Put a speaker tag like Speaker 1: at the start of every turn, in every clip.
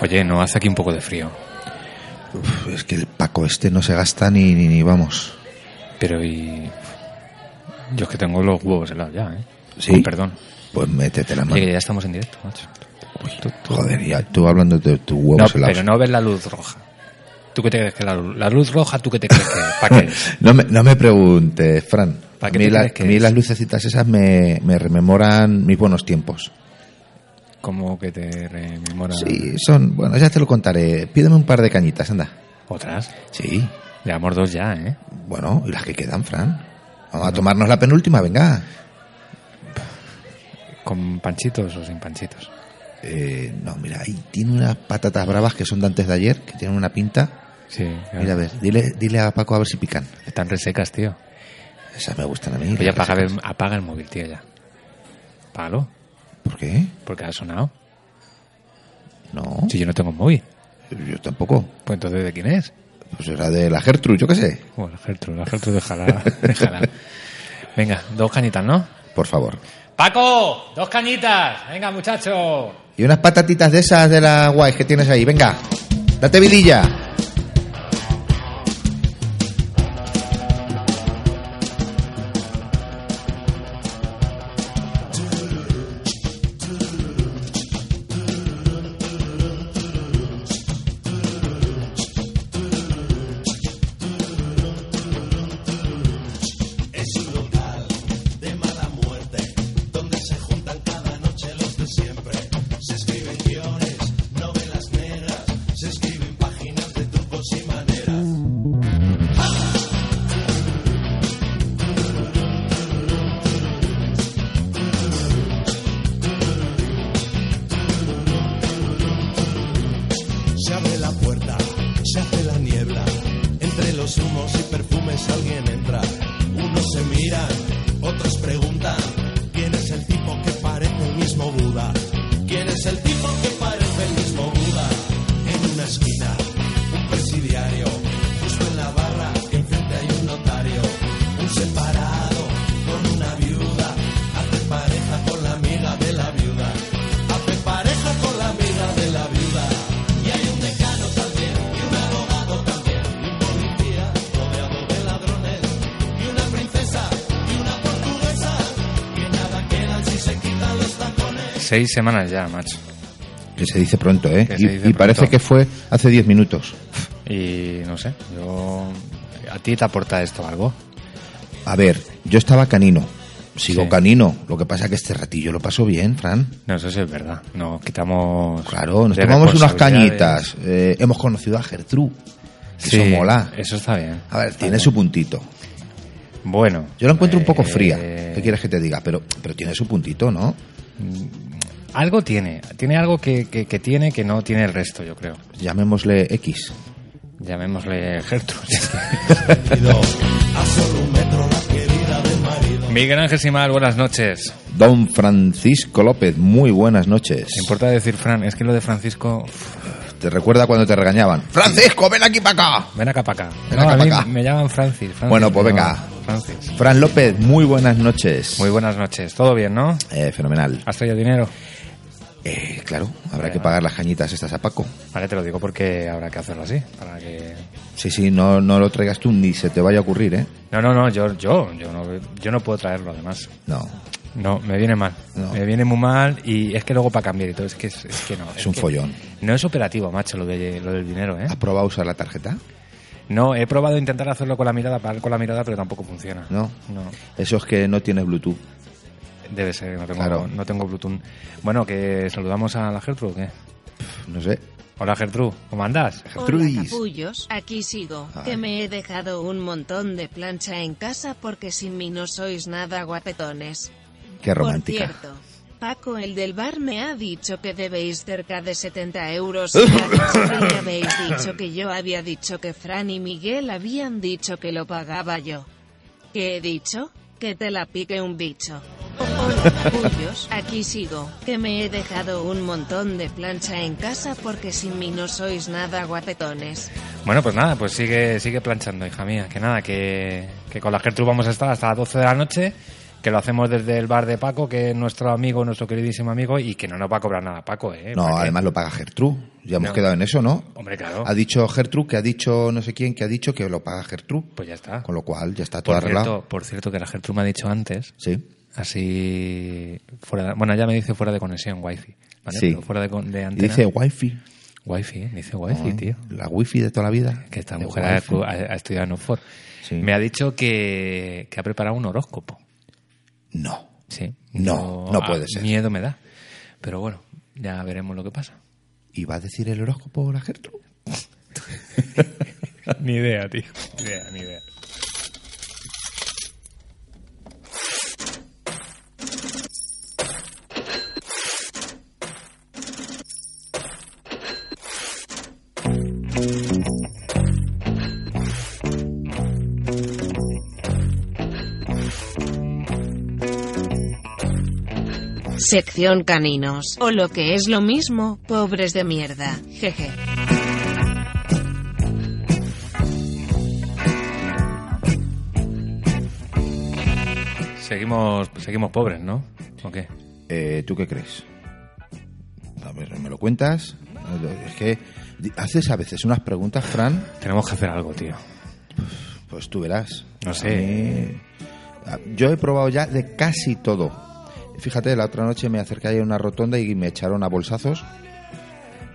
Speaker 1: oye, no hace aquí un poco de frío.
Speaker 2: Uf, es que el Paco este no se gasta ni, ni, ni vamos.
Speaker 1: Pero y. Yo es que tengo los huevos helados ya, ¿eh?
Speaker 2: Sí.
Speaker 1: Ay, perdón.
Speaker 2: Pues métete la
Speaker 1: Oye,
Speaker 2: mano.
Speaker 1: que ya estamos en directo, macho. Tú- tú-
Speaker 2: Joder, ya tú hablando de tus
Speaker 1: No,
Speaker 2: huevos helados.
Speaker 1: pero no ves la luz roja. ¿Tú qué te crees que la luz? La luz roja, ¿tú qué te crees que es? ¿Para qué es?
Speaker 2: No me, no me preguntes, Fran.
Speaker 1: ¿Para
Speaker 2: A
Speaker 1: qué
Speaker 2: mí,
Speaker 1: te
Speaker 2: la-
Speaker 1: crees que
Speaker 2: a mí
Speaker 1: es?
Speaker 2: las lucecitas esas me, me rememoran mis buenos tiempos.
Speaker 1: Como que te rememora
Speaker 2: Sí, son... Bueno, ya te lo contaré. Pídeme un par de cañitas, anda.
Speaker 1: otras.
Speaker 2: Sí.
Speaker 1: Llevamos dos ya, ¿eh?
Speaker 2: Bueno, y las que quedan, Fran. Vamos a tomarnos la penúltima, venga.
Speaker 1: ¿Con panchitos o sin panchitos?
Speaker 2: Eh, no, mira, ahí tiene unas patatas bravas que son de antes de ayer, que tienen una pinta.
Speaker 1: Sí. claro.
Speaker 2: Mira, a ver, dile, dile a Paco a ver si pican.
Speaker 1: Están resecas, tío.
Speaker 2: Esas me gustan a mí.
Speaker 1: Oye,
Speaker 2: las
Speaker 1: apaga,
Speaker 2: resecas.
Speaker 1: el- apaga el móvil, tío, ya. Apágalo,
Speaker 2: ¿Por qué?
Speaker 1: porque ha sonado.
Speaker 2: No,
Speaker 1: Si yo no tengo móvil.
Speaker 2: yo tampoco.
Speaker 1: Pues entonces, ¿de quién es?
Speaker 2: Pues era de la Gertrude, yo qué sé.
Speaker 1: Bueno, la Gertrude, la Gertrude, déjala, déjala. Venga, dos cañitas, ¿no?
Speaker 2: Por favor.
Speaker 1: ¡Paco! ¡Dos cañitas! ¡Venga, muchacho!
Speaker 2: Y unas patatitas de esas de las guays que tienes ahí. Venga, date vidilla.
Speaker 3: Se abre la puerta, se hace la niebla. Entre los humos y perfumes alguien entra. Unos se miran, otros preguntan. ¿Quién es el tipo que parece el mismo Buda? ¿Quién es el tipo que parece el mismo Buda? En una esquina, un presidiario. Justo en la barra, enfrente hay un notario. Un separado con una viuda. Hace pareja con la amiga de la viuda. Hace pareja con la amiga de la viuda.
Speaker 1: Seis semanas ya, macho.
Speaker 2: Que se dice pronto, ¿eh?
Speaker 1: Que se
Speaker 2: Y,
Speaker 1: dice
Speaker 2: y
Speaker 1: pronto.
Speaker 2: parece que fue hace 10 minutos.
Speaker 1: Y no sé, yo. ¿A ti te aporta esto algo?
Speaker 2: A ver, yo estaba canino. Sigo
Speaker 1: Sí.
Speaker 2: canino. Lo que pasa que este ratillo lo pasó bien, Fran.
Speaker 1: No, eso sí es verdad. Nos quitamos.
Speaker 2: Claro, nos
Speaker 1: de
Speaker 2: tomamos unas
Speaker 1: responsabilidades.
Speaker 2: cañitas. eh, hemos conocido a Gertrude. Que
Speaker 1: Sí,
Speaker 2: Eso mola.
Speaker 1: Eso está bien.
Speaker 2: A ver, tiene su puntito.
Speaker 1: Bueno.
Speaker 2: Yo la encuentro un poco
Speaker 1: eh,
Speaker 2: fría. ¿Qué quieres que te diga? Pero, pero tiene su puntito, ¿no?
Speaker 1: Algo tiene. Tiene algo que, que- que tiene que no tiene el resto, yo creo.
Speaker 2: Llamémosle X.
Speaker 1: Llamémosle Gertrude.
Speaker 3: A solo un metro la querida del marido.
Speaker 1: Miguel Ángel Simal, buenas noches.
Speaker 2: Don Francisco López, muy buenas noches.
Speaker 1: Me importa decir, Fran, es que lo de Francisco.
Speaker 2: ¿Te recuerda cuando te regañaban? ¡Francisco, ven aquí para acá!
Speaker 1: Ven acá para acá.
Speaker 2: Ven
Speaker 1: No,
Speaker 2: acá
Speaker 1: a
Speaker 2: pa'
Speaker 1: mí
Speaker 2: acá.
Speaker 1: Me llaman Francis. Francis,
Speaker 2: Bueno, pues
Speaker 1: no,
Speaker 2: venga.
Speaker 1: Francis.
Speaker 2: Fran López, muy buenas noches.
Speaker 1: Muy Ah. buenas noches. ¿Todo bien, no?
Speaker 2: Eh, fenomenal.
Speaker 1: ¿Has traído dinero?
Speaker 2: Eh, claro, habrá que pagar las cañitas estas a Paco.
Speaker 1: Vale, te lo digo porque habrá que hacerlo así. Para que...
Speaker 2: Sí, sí, no, no lo traigas tú ni se te vaya a ocurrir, ¿eh?
Speaker 1: No, no, no, yo, yo, yo, no, yo no puedo traerlo además.
Speaker 2: No,
Speaker 1: No, me viene mal.
Speaker 2: No.
Speaker 1: Me viene muy mal y es que luego para cambiar y todo, es que, es, es que no.
Speaker 2: es un
Speaker 1: que
Speaker 2: follón.
Speaker 1: No es operativo, macho, lo, de, lo del dinero, ¿eh?
Speaker 2: ¿Has probado a usar la tarjeta?
Speaker 1: No, he probado intentar hacerlo con la mirada, pagar con la mirada, pero tampoco funciona.
Speaker 2: No.
Speaker 1: No.
Speaker 2: Eso es que no tienes Bluetooth.
Speaker 1: Debe ser, no tengo,
Speaker 2: Claro.
Speaker 1: no tengo Bluetooth. Bueno, que saludamos a la Gertrude, ¿o ¿qué?
Speaker 2: No sé.
Speaker 1: Hola Gertrude, ¿cómo andas?
Speaker 4: Hola,
Speaker 2: Gertrudis.
Speaker 4: capullos, aquí sigo, que
Speaker 2: Ay.
Speaker 4: me he dejado un montón de plancha en casa porque sin mí no sois nada guapetones.
Speaker 2: Qué
Speaker 4: Por
Speaker 2: romántica.
Speaker 4: cierto, Paco el del bar me ha dicho que debéis cerca de 70 euros y a José le habéis dicho que yo había dicho que Fran y Miguel habían dicho que lo pagaba yo. ¿Qué he dicho? Que te la pique un bicho. Hola, capullos, aquí sigo, que me he dejado un montón de plancha en casa porque sin mí no sois nada guapetones.
Speaker 1: Bueno, pues nada, pues sigue, sigue planchando, hija mía. Que nada, que, que con la Gertrude vamos a estar hasta las 12 de la noche que lo hacemos desde el bar de Paco, que es nuestro amigo, nuestro queridísimo amigo, y que no nos va a cobrar nada Paco, ¿eh?
Speaker 2: No,
Speaker 1: ¿Para qué?
Speaker 2: además lo paga Gertrude. Ya hemos
Speaker 1: No.
Speaker 2: quedado en eso, ¿no?
Speaker 1: Hombre, claro.
Speaker 2: Ha dicho Gertrude que ha dicho no sé quién que ha dicho que lo paga Gertrude.
Speaker 1: Pues ya está.
Speaker 2: Con lo cual ya está todo
Speaker 1: Por
Speaker 2: arreglado.
Speaker 1: cierto, por cierto, que la Gertrude me ha dicho antes,
Speaker 2: Sí.
Speaker 1: así... fuera de- Bueno, ya me dice fuera de conexión, wifi. ¿vale?
Speaker 2: Sí.
Speaker 1: Pero fuera de, con- de
Speaker 2: Y
Speaker 1: antena.
Speaker 2: dice wifi.
Speaker 1: Wifi, ¿eh? me dice wifi,
Speaker 2: Ay,
Speaker 1: tío.
Speaker 2: La wifi de toda la vida.
Speaker 1: Que esta
Speaker 2: De
Speaker 1: mujer ha,
Speaker 2: wifi.
Speaker 1: ha- ha estudiado en Oxford.
Speaker 2: Sí.
Speaker 1: Me ha dicho que, que ha preparado un horóscopo.
Speaker 2: No.
Speaker 1: Sí.
Speaker 2: No,
Speaker 1: Yo- "Ah,
Speaker 2: no puede ser.
Speaker 1: Miedo me da. Pero bueno, ya veremos lo que pasa.
Speaker 2: ¿Y va a decir el horóscopo la Gertrude?
Speaker 1: ni idea, tío. Ni idea, ni idea.
Speaker 4: Sección caninos. O lo que es lo mismo, pobres de mierda. Jeje.
Speaker 1: Seguimos, seguimos pobres, ¿no? ¿O qué?
Speaker 2: Eh, ¿Tú qué crees? A ver, ¿me lo cuentas? Es que di- haces a veces unas preguntas, Fran,
Speaker 1: Tenemos que hacer algo, tío.
Speaker 2: pues tú verás.
Speaker 1: No
Speaker 2: A
Speaker 1: sé.
Speaker 2: mí- a- Yo he probado ya de casi todo. Fíjate, la otra noche me acerqué ahí a una rotonda y me echaron a bolsazos.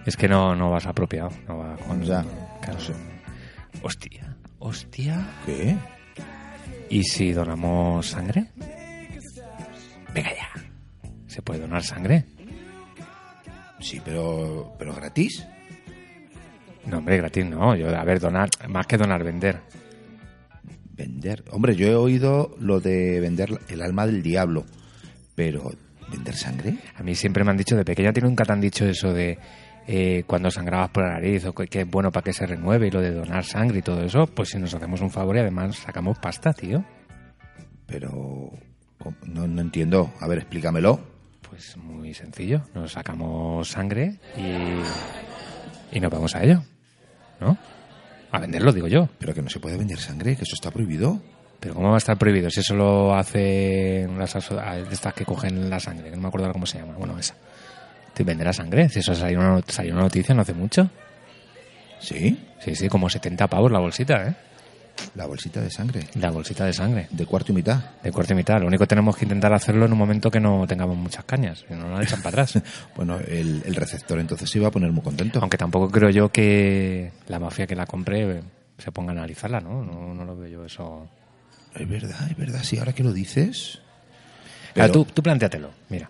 Speaker 1: Es que no, no vas apropiado. No va con...
Speaker 2: Ya,
Speaker 1: claro.
Speaker 2: no sé.
Speaker 1: Hostia. Hostia.
Speaker 2: ¿Qué?
Speaker 1: ¿Y si donamos sangre? Venga ya. ¿Se puede donar sangre?
Speaker 2: Sí, pero, pero gratis.
Speaker 1: No, hombre, gratis no. Yo, a ver, donar, más que donar, vender.
Speaker 2: Vender. Hombre, yo he oído lo de vender el alma del diablo, pero ¿vender sangre?
Speaker 1: A mí siempre me han dicho, de pequeña tiene nunca te han dicho eso de eh, cuando sangrabas por la nariz o que, que es bueno para que se renueve y lo de donar sangre y todo eso, pues si nos hacemos un favor y además sacamos pasta, tío.
Speaker 2: Pero ¿cómo? no, no entiendo. A ver, explícamelo.
Speaker 1: Pues muy sencillo, nos sacamos sangre y, y nos vamos a ello, ¿no? A venderlo, digo yo.
Speaker 2: Pero que no se puede vender sangre, que eso está prohibido.
Speaker 1: Pero ¿cómo va a estar prohibido? Si eso lo hacen las aso- a- estas que cogen la sangre, que no me acuerdo ahora cómo se llama. Bueno, esa. ¿Te venderá sangre? Si eso salió una, not- salió una noticia no hace mucho.
Speaker 2: Sí,
Speaker 1: Sí, sí, como 70 pavos la bolsita, ¿eh?
Speaker 2: la bolsita de sangre,
Speaker 1: La bolsita de sangre.
Speaker 2: de cuarto y mitad.
Speaker 1: De cuarto y mitad. Lo único que tenemos que intentar hacerlo en un momento que no tengamos muchas cañas. Que no la echan para atrás.
Speaker 2: Bueno, el, el receptor entonces se iba a poner muy contento.
Speaker 1: Aunque tampoco creo yo que la mafia que la compre eh, se ponga a analizarla, ¿no? No, no lo veo yo eso.
Speaker 2: Es verdad, es verdad, sí, ahora que lo dices.
Speaker 1: Claro,
Speaker 2: Pero-
Speaker 1: Ah, tú, tú plantéatelo. Mira.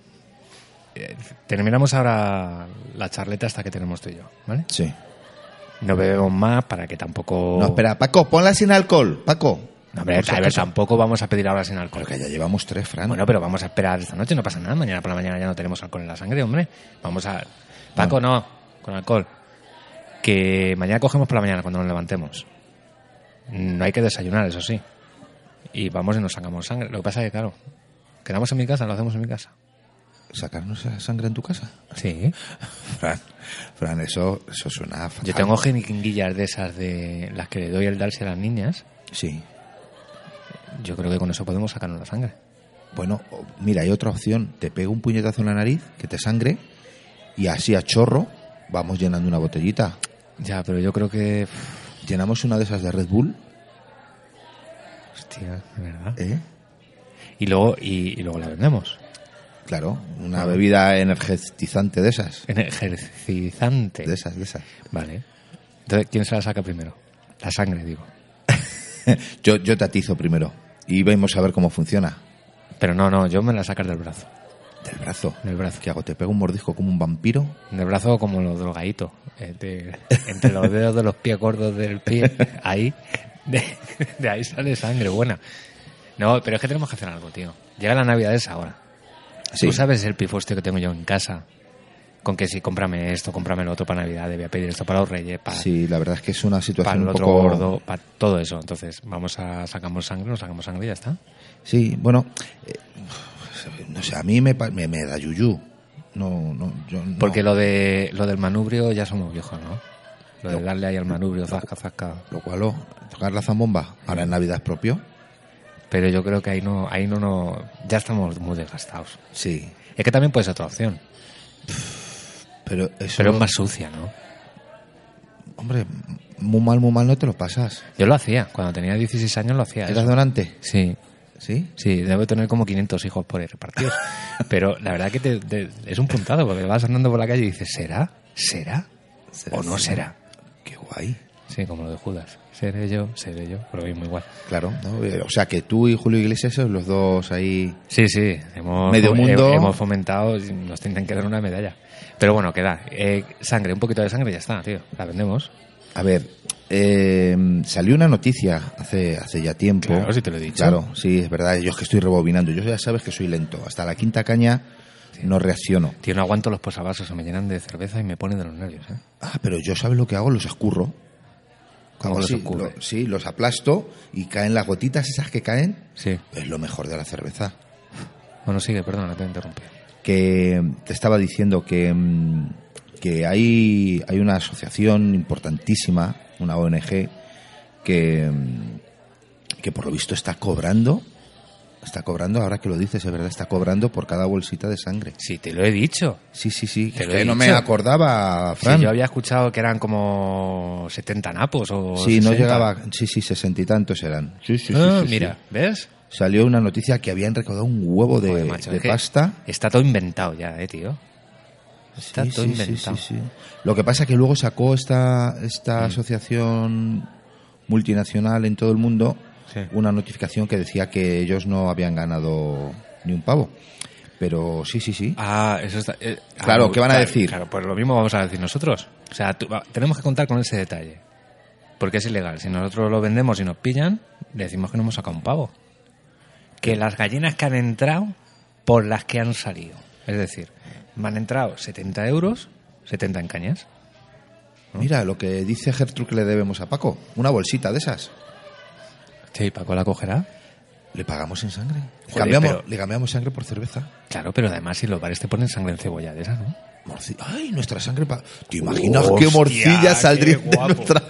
Speaker 1: Eh, Terminamos ahora la charleta hasta que tenemos tú y yo, ¿vale?
Speaker 2: Sí.
Speaker 1: No bebemos más para que tampoco.
Speaker 2: No, espera, Paco, ponla sin alcohol, Paco.
Speaker 1: No, hombre,
Speaker 2: Por si
Speaker 1: a ver,
Speaker 2: acaso.
Speaker 1: tampoco vamos a pedir ahora sin alcohol.
Speaker 2: Pero que ya llevamos tres, Fran.
Speaker 1: Bueno, pero vamos a esperar esta noche, no pasa nada. Mañana por la mañana ya no tenemos alcohol en la sangre, hombre. Vamos a. Paco, no, con alcohol. Que mañana cogemos por la mañana cuando nos levantemos. No hay que desayunar, eso sí. Y vamos y nos sacamos sangre. Lo que pasa es que, claro, quedamos en mi casa, lo hacemos en mi casa.
Speaker 2: ¿Sacarnos esa sangre en tu casa?
Speaker 1: Sí.
Speaker 2: Fran, Fran eso, eso suena fatal.
Speaker 1: Yo tengo jeringuillas de esas de las que le doy el darse a las niñas.
Speaker 2: Sí.
Speaker 1: Yo creo que con eso podemos sacarnos la sangre.
Speaker 2: Bueno, o- mira, hay otra opción. Te pego un puñetazo en la nariz, que te sangre, y así a chorro vamos llenando una botellita.
Speaker 1: Ya, pero yo creo que. pff,
Speaker 2: Llenamos una de esas de Red Bull,
Speaker 1: Hostia, de verdad.
Speaker 2: ¿eh?
Speaker 1: Y luego, y, y luego la vendemos.
Speaker 2: Claro, una bebida energetizante de esas.
Speaker 1: En ejercitante.
Speaker 2: De esas, de esas.
Speaker 1: Vale. Entonces, ¿quién se la saca primero? La sangre, digo.
Speaker 2: Yo, yo te atizo primero y vamos a ver cómo funciona.
Speaker 1: Pero no, no, yo me la sacas del brazo.
Speaker 2: Del brazo.
Speaker 1: Del brazo.
Speaker 2: ¿Qué hago? ¿Te pego un mordisco como un vampiro?
Speaker 1: Del brazo como los drogaditos. eh, de- entre los dedos de los pies gordos del pie. Ahí. De, de ahí sale sangre buena. No, pero es que tenemos que hacer algo, tío. Llega la Navidad esa ahora.
Speaker 2: Sí.
Speaker 1: Tú sabes el pifostio que tengo yo en casa. Con que si cómprame esto, cómprame lo otro para Navidad, debía pedir esto para los Reyes, para,
Speaker 2: Sí, la verdad es que es una
Speaker 1: para
Speaker 2: situación
Speaker 1: el
Speaker 2: un
Speaker 1: otro
Speaker 2: poco...
Speaker 1: gordo, para todo eso. Entonces, vamos a sacamos sangre, nos sacamos sangre y ya está.
Speaker 2: Sí, bueno, eh, no sé, a mí me, pa- me, me da yuyú. No, no, yo no.
Speaker 1: Porque lo de lo del manubrio ya somos viejos, ¿no? Lo de darle ahí al manubrio, zasca, zasca.
Speaker 2: Lo cual, oh, tocar la zambomba, ahora en Navidad es propio.
Speaker 1: Pero yo creo que ahí no, ahí no, no ya estamos muy desgastados.
Speaker 2: Sí.
Speaker 1: Es que también puede ser otra opción,
Speaker 2: Pero eso.
Speaker 1: pero es más sucia, ¿no?
Speaker 2: Hombre, muy mal, muy mal no te lo pasas.
Speaker 1: Yo lo hacía, cuando tenía 16 años lo hacía.
Speaker 2: ¿Eras
Speaker 1: eso.
Speaker 2: donante?
Speaker 1: Sí,
Speaker 2: ¿Sí?
Speaker 1: sí, debo tener como 500 hijos por ahí repartidos. pero la verdad que te- te- es un puntado, porque vas andando por la calle y dices, ¿será? ¿Será? ¿O no será?
Speaker 2: Qué guay.
Speaker 1: Sí, como lo de Judas. Seré yo, seré yo, pero lo mismo igual.
Speaker 2: Claro. ¿no? Eh, O sea, que tú y Julio Iglesias sois los dos ahí.
Speaker 1: Sí, sí, hemos,
Speaker 2: Medio
Speaker 1: he-
Speaker 2: mundo.
Speaker 1: hemos fomentado, y nos tendrán que dar una medalla. Pero bueno, queda. Eh, sangre, un poquito de sangre y ya está, tío. La vendemos.
Speaker 2: A ver, eh, salió una noticia hace, hace ya tiempo.
Speaker 1: Claro, sí te lo he dicho.
Speaker 2: Claro, sí, es verdad. Yo es que estoy rebobinando. Yo ya sabes que soy lento. Hasta la quinta caña no reacciono.
Speaker 1: Tío, no aguanto los posavasos, se me llenan de cerveza y me ponen de los nervios, ¿eh?
Speaker 2: Ah, pero yo sabes lo que hago, los escurro.
Speaker 1: ¿Cómo
Speaker 2: Hago
Speaker 1: los
Speaker 2: así,
Speaker 1: escurre?
Speaker 2: lo- sí, los aplasto y caen las gotitas esas que caen.
Speaker 1: Sí.
Speaker 2: Es lo mejor de la cerveza.
Speaker 1: Bueno, sigue, perdón, no te interrumpí.
Speaker 2: que te estaba diciendo que, mm, que hay, hay una asociación importantísima, una ONG, que, mm, que por lo visto está cobrando, está cobrando, ahora que lo dices, es verdad, está cobrando por cada bolsita de sangre.
Speaker 1: Sí, te lo he dicho.
Speaker 2: Sí, sí, sí,
Speaker 1: Te
Speaker 2: es
Speaker 1: lo
Speaker 2: que
Speaker 1: he
Speaker 2: no me
Speaker 1: dicho.
Speaker 2: acordaba, Fran.
Speaker 1: Sí, yo había escuchado que eran como 70 napos o.
Speaker 2: Sí, no
Speaker 1: 60.
Speaker 2: llegaba, sí, sí, sesenta y tantos eran. Sí, sí, sí,
Speaker 1: Ah,
Speaker 2: sí, sí.
Speaker 1: mira, ¿ves?
Speaker 2: Salió una noticia que habían recaudado un huevo de,
Speaker 1: Joder, macho,
Speaker 2: de
Speaker 1: es que
Speaker 2: pasta.
Speaker 1: Está todo inventado ya, ¿eh, tío? Está
Speaker 2: Sí,
Speaker 1: todo
Speaker 2: sí, sí,
Speaker 1: inventado. Mm.
Speaker 2: sí, sí. Lo que pasa es que luego sacó esta, esta asociación multinacional en todo el mundo
Speaker 1: Sí.
Speaker 2: una notificación que decía que ellos no habían ganado ni un pavo. Pero sí, sí, sí.
Speaker 1: Ah, eso está. eh,
Speaker 2: Claro,
Speaker 1: ah,
Speaker 2: ¿qué van a decir?
Speaker 1: Claro, pues lo mismo vamos a decir nosotros. O sea, tú- va- tenemos que contar con ese detalle. Porque es ilegal. Si nosotros lo vendemos y nos pillan, le decimos que no hemos sacado un pavo. Que las gallinas que han entrado por las que han salido. Es decir, me han entrado 70 euros, 70 en cañas.
Speaker 2: Mira, lo que dice Gertrude que le debemos a Paco, una bolsita de esas.
Speaker 1: Sí, Paco la cogerá.
Speaker 2: Le pagamos en sangre. Le,
Speaker 1: Joder,
Speaker 2: cambiamos,
Speaker 1: pero-
Speaker 2: le cambiamos sangre por cerveza.
Speaker 1: Claro, pero además si los bares te ponen sangre en cebolla de esa, ¿no?
Speaker 2: Morci- Ay, nuestra sangre. pa- ¿Te imaginas qué morcillas
Speaker 1: qué
Speaker 2: saldrían de
Speaker 1: guapo.
Speaker 2: nuestra-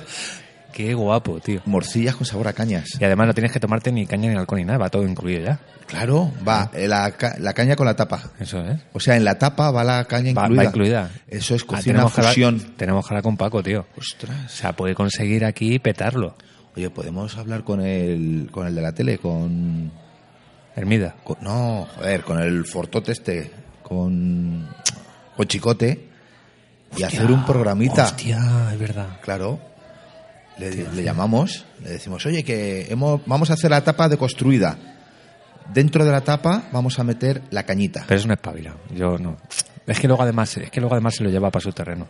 Speaker 1: Qué guapo, tío.
Speaker 2: Morcillas con sabor a cañas.
Speaker 1: Y además no tienes que tomarte ni caña ni alcohol ni nada, va todo incluido ya.
Speaker 2: Claro, va, eh, la, ca- la caña con la tapa.
Speaker 1: Eso ¿eh? es.
Speaker 2: O sea, en la tapa va la caña
Speaker 1: Va-
Speaker 2: incluida.
Speaker 1: Va, incluida.
Speaker 2: Eso es
Speaker 1: Ah,
Speaker 2: cocina fusión.
Speaker 1: Que hablar, tenemos que hablar con Paco, tío. O
Speaker 2: Ostras.
Speaker 1: sea, puede conseguir aquí petarlo.
Speaker 2: Oye, podemos hablar con el con el de la tele, con,
Speaker 1: Hermida.
Speaker 2: con- no, joder, con el fortote este, con con Chicote y hacer un programita.
Speaker 1: Hostia, es verdad.
Speaker 2: Claro. Le, le llamamos, le decimos, "Oye, que hemos, vamos a hacer la tapa deconstruida. Dentro de la tapa vamos a meter la cañita."
Speaker 1: Pero es un espabilado. Yo no. Es que luego además, es que luego además se lo lleva para su terreno.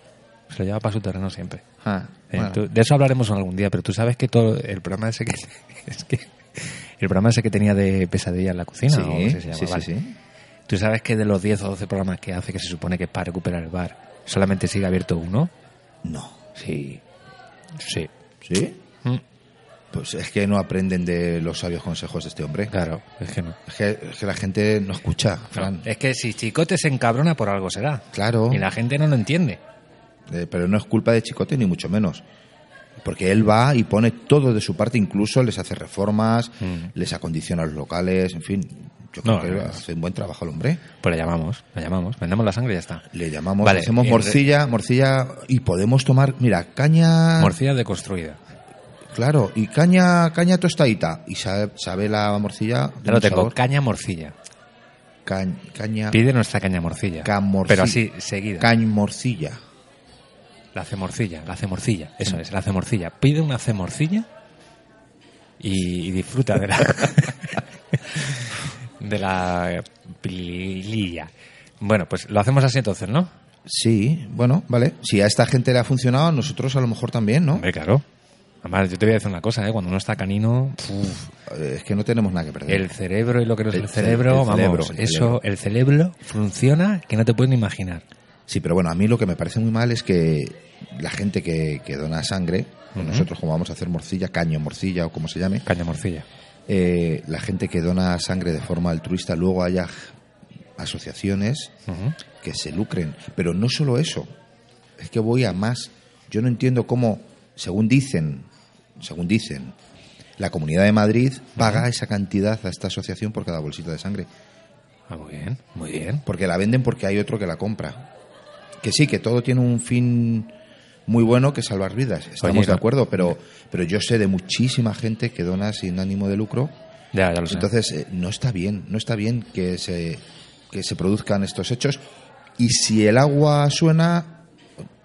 Speaker 1: Se lo lleva para su terreno siempre.
Speaker 2: Ah,
Speaker 1: Eh,
Speaker 2: bueno.
Speaker 1: tú- de eso hablaremos algún día, pero tú sabes que todo el programa ese que es que el programa ese que tenía de pesadilla en la cocina
Speaker 2: Sí,
Speaker 1: o no sé si se llama,
Speaker 2: sí, sí,
Speaker 1: vale.
Speaker 2: sí.
Speaker 1: Tú sabes que de los 10 o 12 programas que hace que se supone que es para recuperar el bar, solamente sigue abierto uno.
Speaker 2: No.
Speaker 1: Sí. Sí.
Speaker 2: ¿Sí?
Speaker 1: Mm.
Speaker 2: Pues es que no aprenden de los sabios consejos de este hombre.
Speaker 1: Claro, es que no.
Speaker 2: Es que, es que la gente no escucha, Fran.
Speaker 1: Es que si Chicote se encabrona por algo será.
Speaker 2: Claro,
Speaker 1: Y la gente no lo entiende.
Speaker 2: eh, pero no es culpa de Chicote ni mucho menos. Porque él va y pone todo de su parte, incluso les hace reformas,
Speaker 1: Mm.
Speaker 2: les acondiciona los locales, en fin. Yo creo
Speaker 1: No,
Speaker 2: que
Speaker 1: no, no.
Speaker 2: hace un buen trabajo el hombre.
Speaker 1: Pues le llamamos, le llamamos, vendemos la sangre y ya está.
Speaker 2: Le llamamos,
Speaker 1: Vale,
Speaker 2: hacemos
Speaker 1: eh,
Speaker 2: morcilla, morcilla y podemos tomar, mira, caña,
Speaker 1: Morcilla deconstruida.
Speaker 2: claro, y caña, caña tostadita y sabe, sabe la morcilla. de
Speaker 1: Ya lo
Speaker 2: un
Speaker 1: tengo,
Speaker 2: sabor.
Speaker 1: caña morcilla.
Speaker 2: Ca- caña,
Speaker 1: Pide nuestra caña Ah. morcilla.
Speaker 2: Camorcilla.
Speaker 1: Pero así, seguida.
Speaker 2: caña morcilla.
Speaker 1: La hace morcilla, la hace morcilla. Eso es, la hace morcilla. Pide una hace morcilla y, y disfruta de la. de la. pililla. Bueno, pues lo hacemos así entonces, ¿no?
Speaker 2: Sí, bueno, vale. Si a esta gente le ha funcionado, a nosotros a lo mejor también, ¿no?
Speaker 1: Hombre, claro. Además, yo te voy a decir una cosa, ¿eh? Cuando uno está canino, uf,
Speaker 2: Eh, Es que no tenemos nada que perder.
Speaker 1: el cerebro y lo que no es
Speaker 2: eh, El
Speaker 1: el,
Speaker 2: ce-
Speaker 1: cerebro,
Speaker 2: el
Speaker 1: vamos,
Speaker 2: cerebro, el
Speaker 1: eso,
Speaker 2: cerebro.
Speaker 1: el cerebro funciona que no te puedes ni imaginar.
Speaker 2: Sí, pero bueno, a mí lo que me parece muy mal es que la gente que, que dona sangre, o nosotros como vamos a hacer morcilla, caño morcilla o como se llame,
Speaker 1: Caña morcilla.
Speaker 2: eh, la gente que dona sangre de forma altruista, luego haya asociaciones
Speaker 1: Ujú.
Speaker 2: que se lucren. Pero no solo eso, es que voy a más. Yo no entiendo cómo, según dicen, según dicen, la Comunidad de Madrid paga esa cantidad a esta asociación por cada bolsita de sangre.
Speaker 1: Ah, muy bien, muy bien.
Speaker 2: Porque la venden porque hay otro que la compra. Que sí, que todo tiene un fin muy bueno que es salvar vidas. Estamos
Speaker 1: Oye,
Speaker 2: de acuerdo, pero, pero yo sé de muchísima gente que dona sin ánimo de lucro.
Speaker 1: Ya, ya lo sé.
Speaker 2: Entonces, eh, no está bien, no está bien que se, que se produzcan estos hechos. Y si el agua suena,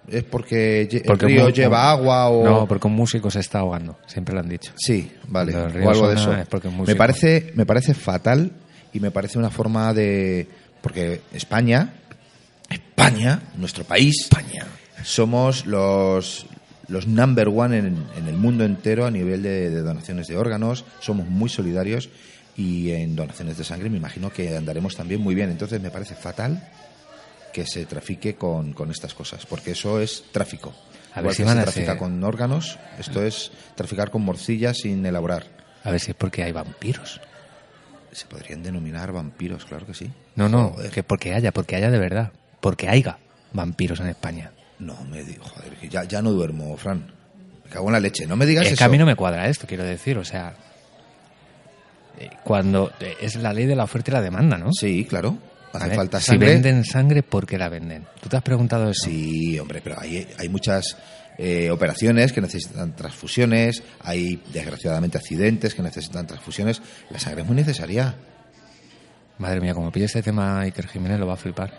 Speaker 2: es porque, lle-
Speaker 1: Porque
Speaker 2: el río
Speaker 1: mu-
Speaker 2: lleva agua o...
Speaker 1: No, porque un músico se está ahogando, siempre lo han dicho.
Speaker 2: Sí, vale,
Speaker 1: Cuando el
Speaker 2: o
Speaker 1: río
Speaker 2: algo de
Speaker 1: suena
Speaker 2: eso.
Speaker 1: es porque es
Speaker 2: me,
Speaker 1: músico.
Speaker 2: parece, me parece fatal y me parece una forma de... Porque España, España, nuestro país, España, somos los, los number one en, en el mundo entero a nivel de, de donaciones de órganos, somos muy solidarios y en donaciones de sangre me imagino que andaremos también muy bien. Entonces me parece fatal que se trafique con, con estas cosas, porque eso es tráfico.
Speaker 1: A ver
Speaker 2: Igual
Speaker 1: si
Speaker 2: que
Speaker 1: van
Speaker 2: se
Speaker 1: a
Speaker 2: trafica
Speaker 1: hacer-
Speaker 2: con órganos, esto es traficar con morcillas sin elaborar.
Speaker 1: A ver si es porque hay vampiros.
Speaker 2: Se podrían denominar vampiros, claro que sí.
Speaker 1: No, no, que porque haya, porque haya de verdad. Porque haya vampiros en España.
Speaker 2: No, me digo, joder, que ya, ya no duermo, Fran. Me cago en la leche, no me digas
Speaker 1: Es que
Speaker 2: eso.
Speaker 1: a mí no me cuadra esto, quiero decir, o sea. eh, Cuando eh, es la ley de la oferta y la demanda, ¿no?
Speaker 2: Sí, claro. Hace
Speaker 1: ¿Vale?
Speaker 2: falta
Speaker 1: si
Speaker 2: sangre.
Speaker 1: venden sangre, ¿por qué la venden? ¿Tú te has preguntado eso?
Speaker 2: Sí, hombre, pero hay, hay muchas eh, operaciones que necesitan transfusiones, hay desgraciadamente accidentes que necesitan transfusiones. La sangre es muy necesaria.
Speaker 1: Madre mía, como pille este tema Iker Jiménez lo va a flipar.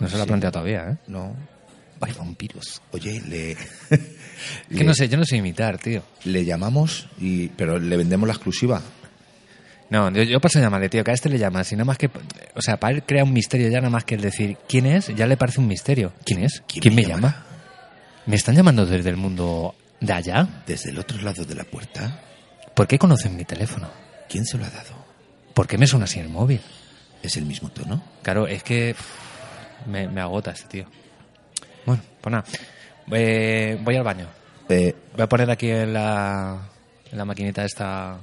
Speaker 1: No se lo ha planteado todavía, ¿eh?
Speaker 2: No.
Speaker 1: Hay vampiros.
Speaker 2: Oye, le.
Speaker 1: Es que no sé, yo no sé imitar, tío.
Speaker 2: Le llamamos, y, pero le vendemos la exclusiva.
Speaker 1: No, yo, yo paso a llamarle, tío, que a este le llamas y nada más que... O sea, para él crea un misterio ya nada más que el decir quién es, ya le parece un misterio. ¿Quién es?
Speaker 2: ¿Quién
Speaker 1: ¿Quién,
Speaker 2: me
Speaker 1: me llama? ¿Me están llamando desde el mundo de allá?
Speaker 2: Desde el otro lado de la puerta,
Speaker 1: ¿Por qué conocen mi teléfono?
Speaker 2: ¿quién se lo ha dado?
Speaker 1: ¿Por qué me suena así el móvil?
Speaker 2: ¿Es el mismo tono?
Speaker 1: Claro, es que pff, me, me agota este tío. Bueno, pues nada. Eh, voy al baño.
Speaker 2: Eh,
Speaker 1: Voy a poner aquí en la, en la maquinita esta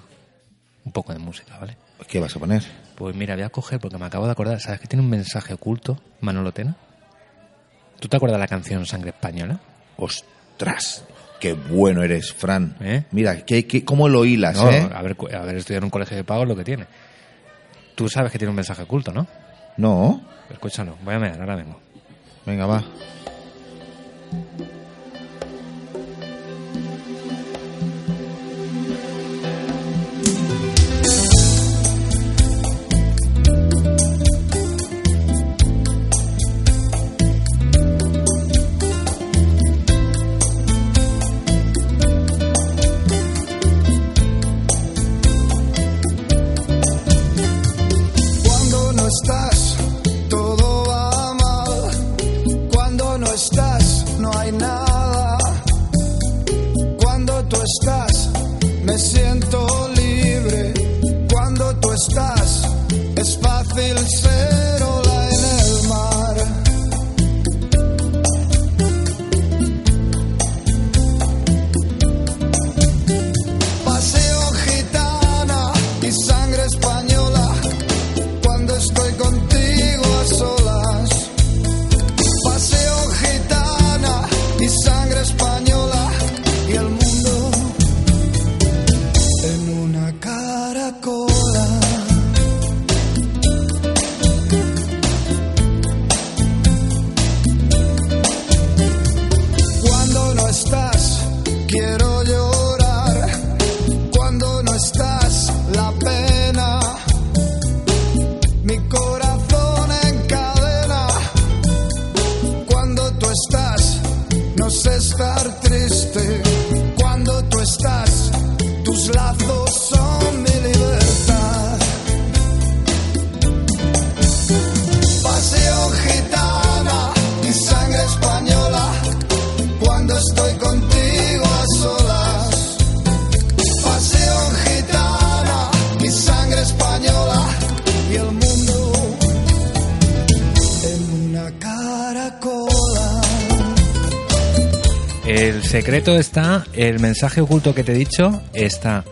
Speaker 1: un poco de música, ¿vale?
Speaker 2: ¿Qué vas a poner?
Speaker 1: Pues mira, voy a coger porque me acabo de acordar. ¿Sabes que tiene un mensaje oculto, Manolo Tena? ¿Tú te acuerdas de la canción Sangre Española?
Speaker 2: ¡Ostras! ¡Qué bueno eres, Fran!
Speaker 1: ¿Eh?
Speaker 2: Mira, ¿qué, qué, cómo lo hilas,
Speaker 1: No,
Speaker 2: eh?
Speaker 1: haber, cu- haber estudiado en un colegio de pago es lo que tiene. Tú sabes que tiene un mensaje oculto, ¿no?
Speaker 2: No.
Speaker 1: Escúchalo, voy a mirar ahora mismo.
Speaker 2: Venga, va.
Speaker 5: Cuando no estás, todo va mal. Cuando no estás, no hay nada. Cuando tú estás, me siento libre. Cuando tú estás, es fácil ser ola en el mar. Paseo gitana y sangre española cuando estoy contigo a solas. Paseo gitana y sangre española y el mundo en una caracola. Cuando no estás, quiero llorar. Cuando no estás, la pena mi corazón en cadena. Cuando tú estás, no sé estar triste. Cuando tú estás, tus lazos son mi libertad. Paseo gitana y sangre española. Cuando estoy contigo a solas. Paseo gitana y sangre española y el mundo en una caracola.
Speaker 1: El secreto está, el mensaje oculto que te he dicho está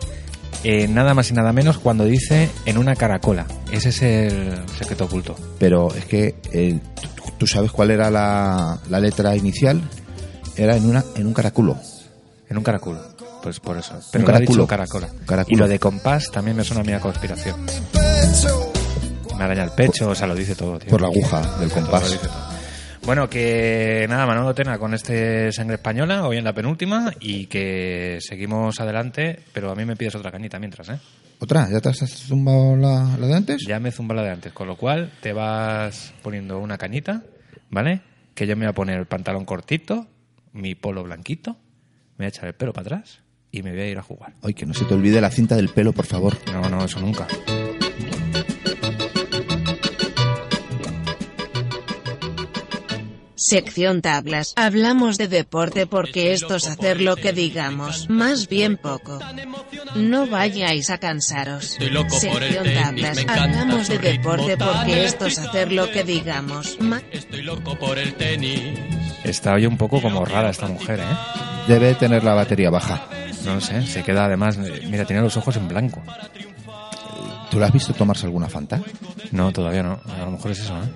Speaker 1: eh, nada más y nada menos cuando dice en una caracola. Ese es el secreto oculto.
Speaker 2: Pero es que eh, tú- tú sabes cuál era la, la letra inicial. Era en una en un caraculo.
Speaker 1: En un caraculo. Pues por eso. Pero
Speaker 2: Un
Speaker 1: lo ha
Speaker 2: caraculo.
Speaker 1: dicho caracola.
Speaker 2: Caraculo.
Speaker 1: Y lo de compás también me suena a mí a conspiración.
Speaker 5: pecho.
Speaker 1: Me araña el pecho, o sea, lo dice todo, tío.
Speaker 2: Por la aguja del
Speaker 1: Dice todo,
Speaker 2: compás.
Speaker 1: dice todo. Bueno, que nada, Manolo Tena con este Sangre Española, hoy en la penúltima, y que seguimos adelante, pero a mí me pides otra cañita mientras, ¿eh?
Speaker 2: ¿Otra? ¿Ya te has zumbado la, la de antes?
Speaker 1: Ya me zumba la de antes, con lo cual te vas poniendo una cañita, ¿vale? Que yo me voy a poner el pantalón cortito, mi polo blanquito, me voy a echar el pelo para atrás y me voy a ir a jugar.
Speaker 2: Ay, que no se te olvide la cinta del pelo, por favor.
Speaker 1: No, no, eso nunca.
Speaker 4: Sección tablas. Hablamos de deporte porque
Speaker 3: Este
Speaker 4: esto es hacer lo que digamos, más bien poco. No vayáis a cansaros.
Speaker 3: Estoy loco por el
Speaker 4: Sección
Speaker 3: tenis, me
Speaker 4: tablas.
Speaker 3: encanta
Speaker 4: Hablamos
Speaker 3: su
Speaker 4: de
Speaker 3: ritmo
Speaker 4: deporte
Speaker 3: tan
Speaker 4: porque esto es hacer lo que
Speaker 3: excitante.
Speaker 4: digamos. ma-
Speaker 3: Estoy loco por el tenis.
Speaker 1: Está hoy un poco como rara esta mujer, ¿eh?
Speaker 2: Debe tener la batería baja.
Speaker 1: No sé, se queda además. eh, Mira, tiene los ojos en blanco.
Speaker 2: ¿Tú la has visto tomarse alguna fanta?
Speaker 1: No, todavía no. A lo mejor es eso, ¿eh?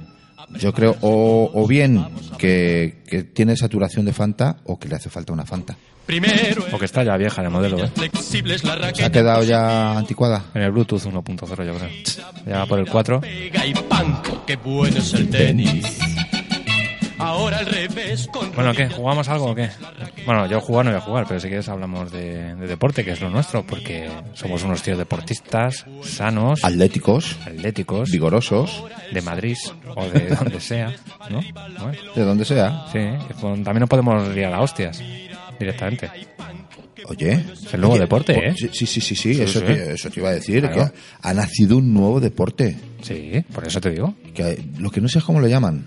Speaker 2: Yo creo, o, o bien que, que tiene saturación de fanta o que le hace falta una fanta.
Speaker 3: Primero,
Speaker 1: O que está ya vieja de modelo, ¿eh?
Speaker 3: flexibles la
Speaker 2: ¿Se ha
Speaker 3: raqueta
Speaker 2: quedado ya anticuada?
Speaker 1: En el Bluetooth 1.0, yo creo. Ya va por el 4.
Speaker 3: pega y panco. Qué bueno es el tenis. Ahora al revés con
Speaker 1: Bueno, ¿qué?
Speaker 3: rodillas.
Speaker 1: ¿Jugamos algo o qué? Bueno, yo jugar no voy a jugar, pero si quieres hablamos de, de deporte, que es lo nuestro, porque somos unos tíos deportistas, sanos,
Speaker 2: Atléticos,
Speaker 1: atléticos,
Speaker 2: vigorosos,
Speaker 1: de Madrid o de donde sea, ¿no? Bueno,
Speaker 2: de donde sea.
Speaker 1: sí, que con- también nos podemos liar a hostias directamente.
Speaker 2: Oye.
Speaker 1: el nuevo
Speaker 2: Oye,
Speaker 1: deporte,
Speaker 2: o-
Speaker 1: ¿eh?
Speaker 2: Sí, sí, sí, sí, sí,
Speaker 1: Sí,
Speaker 2: eso,
Speaker 1: sí.
Speaker 2: Te, eso te iba a decir.
Speaker 1: Claro.
Speaker 2: que ha nacido un nuevo deporte.
Speaker 1: Sí, por eso te digo,
Speaker 2: Que, lo que no sé es cómo lo llaman.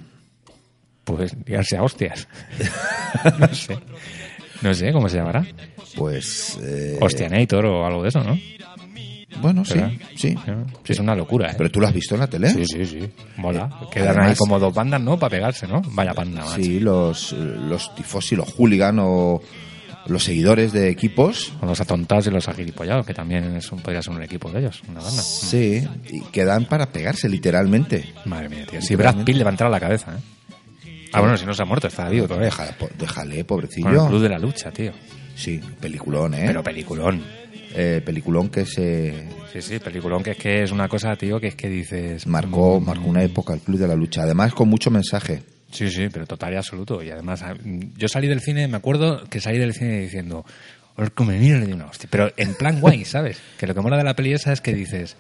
Speaker 1: pues liarse a hostias. no sé. No sé cómo se llamará.
Speaker 2: Pues. eh,
Speaker 1: Hostianator o algo de eso, ¿no?
Speaker 2: Bueno, sí,
Speaker 1: ¿Verdad?
Speaker 2: sí.
Speaker 1: Sí, es una locura, ¿eh?
Speaker 2: Pero tú lo has visto en la tele.
Speaker 1: Sí, sí, sí. Mola. Quedan
Speaker 2: además-
Speaker 1: ahí como dos bandas, ¿no? Para pegarse, ¿no? Vaya panda, macho.
Speaker 2: Sí, los, los tifosi, los hooligan o los seguidores de equipos.
Speaker 1: Con los atontados y los agilipollados, que también es un- podría ser un equipo de ellos, una banda.
Speaker 2: Sí, y que dan para pegarse, literalmente.
Speaker 1: Madre mía, tío. Si Brad Pitt le va a entrar a la cabeza, ¿eh? Ah, bueno, si no se ha muerto, está vivo todavía.
Speaker 2: Déjale, po- déjale,
Speaker 1: Con el Club
Speaker 2: pobrecillo.
Speaker 1: de la ¿Eh? Lucha, tío.
Speaker 2: Sí, peliculón, ¿eh?
Speaker 1: Pero peliculón.
Speaker 2: Eh, peliculón que se
Speaker 1: Sí, sí, peliculón, que es que es una cosa, tío, que es que dices... Mm.
Speaker 2: marcó, marcó una época el Club de la Lucha. Además, con mucho mensaje.
Speaker 1: Sí, sí, pero total y absoluto. Y además, a- yo salí del cine, me acuerdo que salí del cine diciendo, os convenido le di una hostia. Pero en plan guay, ¿sabes? Que lo que mola de la peli esa es que dices,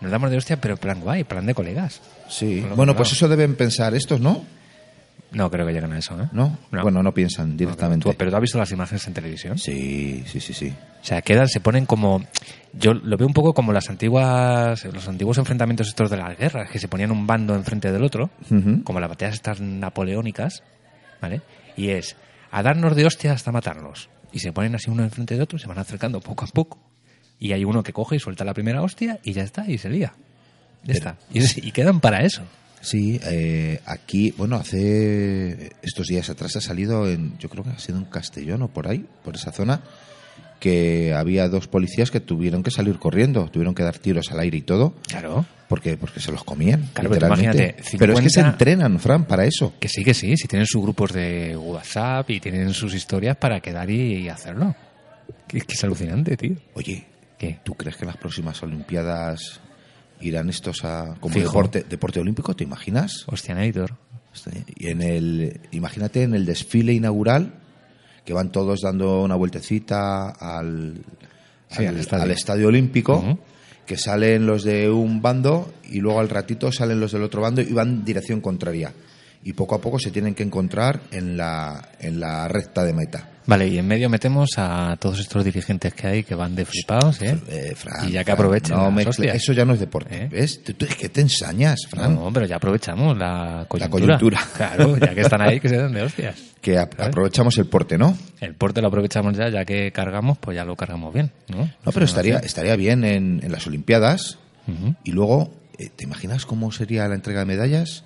Speaker 1: nos damos de hostia, pero en plan guay, plan de colegas.
Speaker 2: Sí.
Speaker 1: Con lo
Speaker 2: Bueno,
Speaker 1: que
Speaker 2: pues
Speaker 1: claro.
Speaker 2: eso deben pensar estos, ¿no?
Speaker 1: No creo que lleguen a eso, ¿eh?
Speaker 2: ¿No? Bueno, no piensan directamente.
Speaker 1: Tú- pero tú has visto las imágenes en televisión.
Speaker 2: Sí, sí, sí, sí.
Speaker 1: O sea, quedan, se ponen como. Yo lo veo un poco como las antiguas, los antiguos enfrentamientos estos de las guerras, que se ponían un bando enfrente del otro,
Speaker 2: Ujú.
Speaker 1: como las batallas estas napoleónicas, ¿vale? Y es a darnos de hostia hasta matarnos. Y se ponen así uno enfrente de otro, se van acercando poco a poco. Y hay uno que coge y suelta la primera hostia y ya está, y se lía. Ya está. Y, es- y quedan para eso.
Speaker 2: Sí, eh, aquí, bueno, hace estos días atrás ha salido, en, yo creo que ha sido en Castellón o por ahí, por esa zona, que había dos policías que tuvieron que salir corriendo, tuvieron que dar tiros al aire y todo,
Speaker 1: Claro.
Speaker 2: porque porque se los comían.
Speaker 1: Claro, pero tú
Speaker 2: literalmente.
Speaker 1: imagínate, 50
Speaker 2: Pero es que se entrenan, Fran, para eso.
Speaker 1: Que sí, que sí, si tienen sus grupos de WhatsApp y tienen sus historias para quedar y, y hacerlo. Que, que es alucinante, tío.
Speaker 2: Oye,
Speaker 1: ¿Qué?
Speaker 2: ¿tú crees que en las próximas Olimpiadas irán estos a, como
Speaker 1: Fijo.
Speaker 2: deporte, deporte olímpico? ¿Te imaginas?
Speaker 1: Hostia, Nator.
Speaker 2: Pues, eh, Y en el, imagínate en el desfile inaugural que van todos dando una vueltecita al,
Speaker 1: Sí, al estadio.
Speaker 2: Olímpico,
Speaker 1: Ujú.
Speaker 2: que salen los de un bando y luego al ratito salen los del otro bando y van en dirección contraria. Y poco a poco se tienen que encontrar en la, en la recta de meta.
Speaker 1: Vale, y en medio metemos a todos estos dirigentes que hay que van de flipados, ¿eh?
Speaker 2: Eh, Fran,
Speaker 1: Y ya que
Speaker 2: Fran,
Speaker 1: aprovechen
Speaker 2: no
Speaker 1: las
Speaker 2: mezcle-
Speaker 1: hostias.
Speaker 2: Eso ya no es deporte.
Speaker 1: ¿Eh?
Speaker 2: ¿Ves? Tú, tú es que te ensañas, Fran.
Speaker 1: No, pero ya aprovechamos la coyuntura.
Speaker 2: coyuntura.
Speaker 1: Claro, ya que están ahí, que se den de hostias.
Speaker 2: Que a- aprovechamos el porte, ¿no?
Speaker 1: El porte lo aprovechamos ya, ya que cargamos, pues ya lo cargamos bien, ¿no?
Speaker 2: No, pero estaría, estaría bien en, en las Olimpiadas.
Speaker 1: Ujú.
Speaker 2: Y luego, eh, ¿te imaginas cómo sería la entrega de medallas?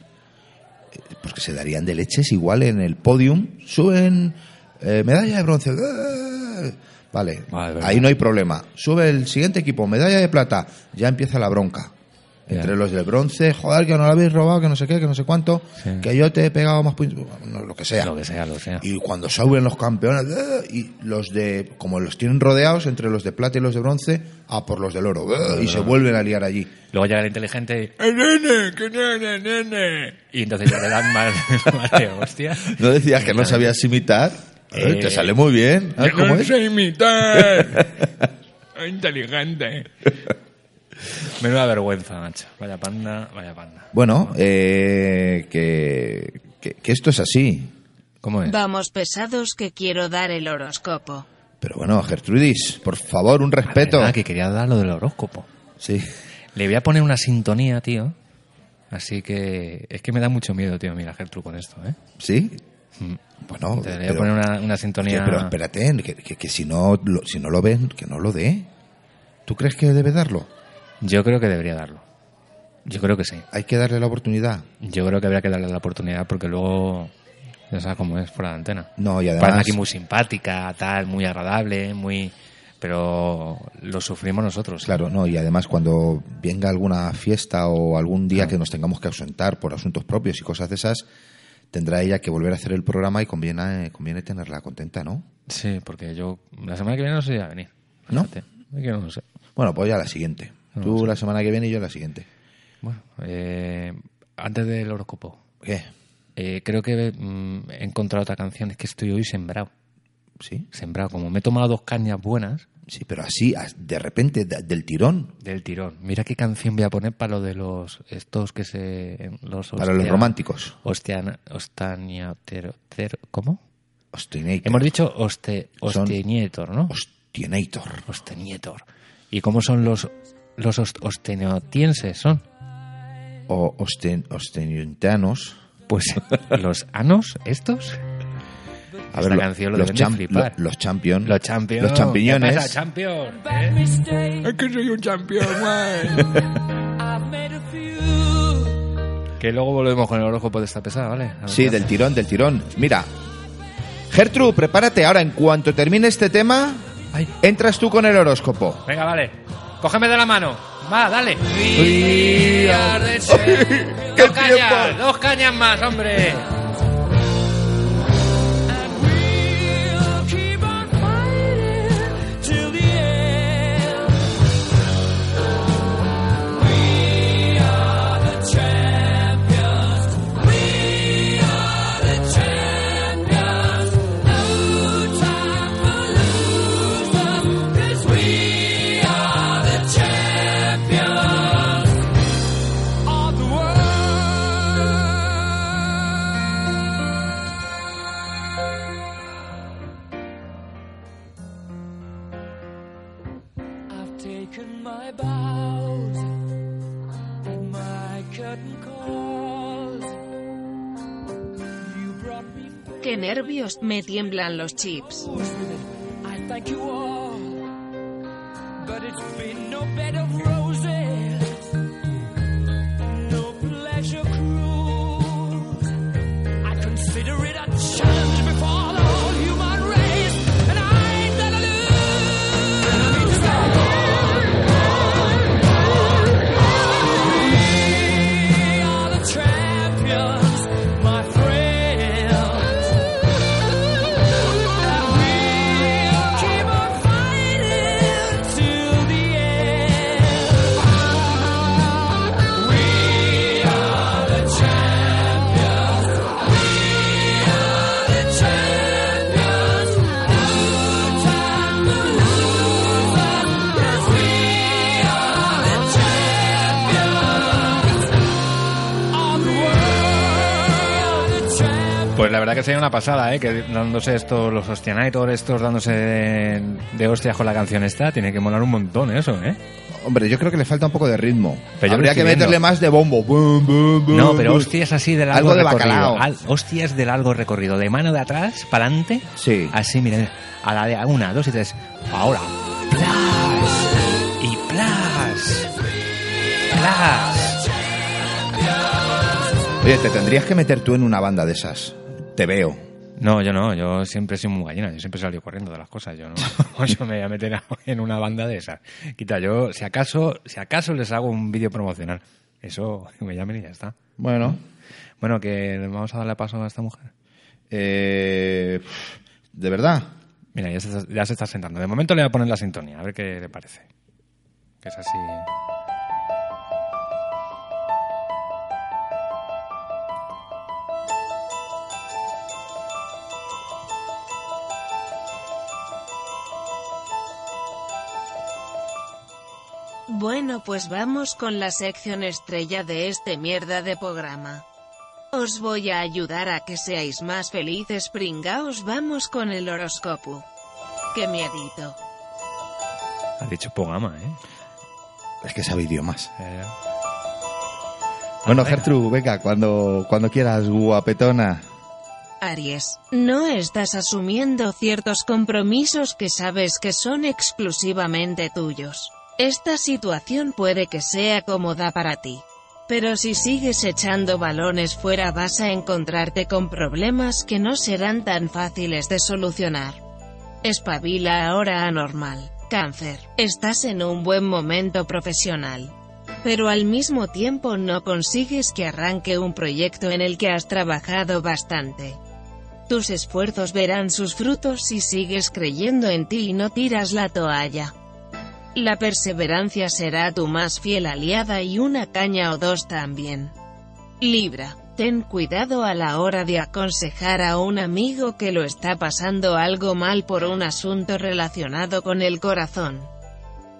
Speaker 2: Eh, Pues que se darían de leches igual en el podium. Suben eh, medalla de bronce. ¡ah! Vale,
Speaker 1: Vale, verdad.
Speaker 2: ahí no hay problema. Sube el siguiente equipo, medalla de plata. Ya empieza la bronca. Entre los del bronce, joder, que no lo habéis robado, que no sé qué, que no sé cuánto,
Speaker 1: Sí.
Speaker 2: que yo te he pegado más puntos, no, lo que sea.
Speaker 1: Lo que sea, lo que sea.
Speaker 2: Y cuando suben los campeones, ¡eh! y los de, como los tienen rodeados, entre los de plata y los de bronce, a por los del oro, ¡eh! y se vuelven a liar allí.
Speaker 1: Luego llega el inteligente y... "Eh, nene, que nene, nene". Y entonces ya le dan más, más de hostia.
Speaker 2: No decías que no sabías imitar,
Speaker 1: Eh,
Speaker 2: te sale muy bien. Ah,
Speaker 3: Yo
Speaker 2: ¿cómo
Speaker 3: no
Speaker 2: es?
Speaker 3: sé imitar. Inteligente.
Speaker 1: Menuda vergüenza, macho. Vaya panda, vaya panda.
Speaker 2: Bueno, eh, que, que- que esto es así.
Speaker 1: ¿Cómo es?
Speaker 4: Vamos pesados que quiero dar el horóscopo.
Speaker 2: Pero bueno, Gertrudis, por favor, un respeto.
Speaker 1: Ah, que quería dar lo del horóscopo.
Speaker 2: Sí.
Speaker 1: Le voy a poner una sintonía, tío. Así que es que me da mucho miedo, tío, mira Gertrude con esto, ¿eh?
Speaker 2: ¿Sí? Bueno,
Speaker 1: Mm. Te le voy a
Speaker 2: pero-
Speaker 1: poner una, una
Speaker 2: Oye,
Speaker 1: sintonía.
Speaker 2: pero espérate, que, que- que si, no lo, si no lo ven, que no lo dé. ¿Tú crees que debe darlo?
Speaker 1: Yo creo que debería darlo. Yo creo que sí.
Speaker 2: Hay que darle la oportunidad.
Speaker 1: Yo creo que habría que darle la oportunidad porque luego ya sabes cómo es fuera de antena.
Speaker 2: No, y
Speaker 1: Parece
Speaker 2: además...
Speaker 1: aquí muy simpática, tal, muy agradable, muy. Pero lo sufrimos nosotros.
Speaker 2: Pues Claro, no, y además cuando venga alguna fiesta o algún día que nos tengamos que ausentar por asuntos propios y cosas de esas, tendrá ella que volver a hacer el programa y conviene, eh, conviene tenerla contenta, ¿no?
Speaker 1: Sí, porque yo la semana que viene no sé si voy a venir.
Speaker 2: ¿No?
Speaker 1: Fíjate. Es que no lo sé.
Speaker 2: Bueno, pues ya la siguiente.
Speaker 1: No,
Speaker 2: Tú
Speaker 1: sí.
Speaker 2: la semana que viene y yo la siguiente.
Speaker 1: Bueno, eh, antes del horóscopo,
Speaker 2: ¿Qué?
Speaker 1: eh, creo que mm, he encontrado otra canción. Es que estoy hoy sembrado.
Speaker 2: ¿Sí?
Speaker 1: Sembrado. Como me he tomado dos cañas buenas
Speaker 2: Sí, pero así, as- de repente, da- del tirón,
Speaker 1: del tirón. Mira qué canción voy a poner para lo de los. Estos que se. Los
Speaker 2: para los
Speaker 1: hostia-
Speaker 2: románticos.
Speaker 1: Hostiana, hostania, tero, tero- ¿Cómo?
Speaker 2: Ostinator.
Speaker 1: Hemos dicho hoste,
Speaker 2: Son-
Speaker 1: hostenietor, ¿no?
Speaker 2: Ostinator.
Speaker 1: Hostenietor. ¿Y cómo son los, los host- osteneotienses? Son,
Speaker 2: O osten, osteniuntanos.
Speaker 1: pues, los anos, estos,
Speaker 2: A
Speaker 1: Esta
Speaker 2: lo-
Speaker 1: canción lo
Speaker 2: los,
Speaker 1: deben de
Speaker 2: cham-
Speaker 1: flipar.
Speaker 2: lo- los champions.
Speaker 1: los champions.
Speaker 2: Los champiñones.
Speaker 1: ¿Qué pasa, champion? ¿eh?
Speaker 3: Es que soy un campeón, man.
Speaker 1: Que luego volvemos con el horóscopo de esta pesada, ¿vale? A ver
Speaker 2: Ah, Sí,
Speaker 1: qué
Speaker 2: del
Speaker 1: hace.
Speaker 2: tirón, del tirón. Mira. Gertrude, prepárate. Ahora, en cuanto termine este tema,
Speaker 1: Ay.
Speaker 2: entras tú con el horóscopo.
Speaker 1: Venga, vale. Cógeme de la mano. Va, dale.
Speaker 2: ¡Qué
Speaker 1: Dos cañas, dos cañas más, hombre.
Speaker 6: I've taken my bows and my curtain calls. You brought me
Speaker 4: Qué nervios, me tiemblan los chips.
Speaker 6: fools with it. I thank you all, but it's been no bed of roses, no pleasure cruise. I consider it a challenge before the whole human race, and I ain't gonna lose. And I mean to say- We are the champions, my friends. We'll keep on fighting till the end. We are the champions. We are the champions. No time to lose 'cause we are the champions of the world. The champions.
Speaker 1: Pues la verdad que sería una pasada, ¿eh? Que dándose estos, los Hostianator, estos dándose de, de hostias con la canción esta, tiene que molar un montón eso, ¿eh?
Speaker 2: Hombre, yo creo que le falta un poco de ritmo.
Speaker 1: Pero yo lo
Speaker 2: Habría
Speaker 1: estoy
Speaker 2: que meterle
Speaker 1: viendo.
Speaker 2: más de bombo. Bum, bum, bum,
Speaker 1: No, pero
Speaker 2: bum.
Speaker 1: hostias así de largo
Speaker 2: Algo de
Speaker 1: recorrido.
Speaker 2: bacalao.
Speaker 1: Al- hostias de largo recorrido. De mano de atrás, para adelante.
Speaker 2: Sí.
Speaker 1: Así, miren. A la de a una, dos y tres. Ahora. Plas. Y plas. Plas.
Speaker 2: Oye, te tendrías que meter tú en una banda de esas. Te veo.
Speaker 1: No, yo no, yo siempre soy muy gallina, yo siempre salgo corriendo de las cosas, yo no, yo me voy a meter a- en una banda de esas. Quita, yo si acaso, si acaso les hago un vídeo promocional, eso me llamen y ya está.
Speaker 2: Bueno,
Speaker 1: Bueno, que vamos a darle paso a esta mujer.
Speaker 2: eh, de verdad.
Speaker 1: Mira, ya se, está- ya se está sentando. De momento le voy a poner la sintonía, a ver qué le parece. Que es así.
Speaker 4: Bueno, pues vamos con la sección estrella de este mierda de programa. Os voy a ayudar a que seáis más felices, pringaos, vamos con el horóscopo. ¡Qué miedito!
Speaker 1: Ha dicho Pogama, ¿eh?
Speaker 2: Es que sabe idiomas.
Speaker 1: Eh,
Speaker 2: Bueno,
Speaker 1: venga.
Speaker 2: Gertrude, venga, cuando, cuando quieras, guapetona.
Speaker 4: Aries, no estás asumiendo ciertos compromisos que sabes que son exclusivamente tuyos. Esta situación puede que sea cómoda para ti. Pero si sigues echando balones fuera vas a encontrarte con problemas que no serán tan fáciles de solucionar. Espabila ahora anormal. Cáncer, estás en un buen momento profesional pero al mismo tiempo no consigues que arranque un proyecto en el que has trabajado bastante. Tus esfuerzos verán sus frutos si sigues creyendo en ti y no tiras la toalla. La perseverancia será tu más fiel aliada y una caña o dos también. Libra, ten cuidado a la hora de aconsejar a un amigo que lo está pasando algo mal por un asunto relacionado con el corazón.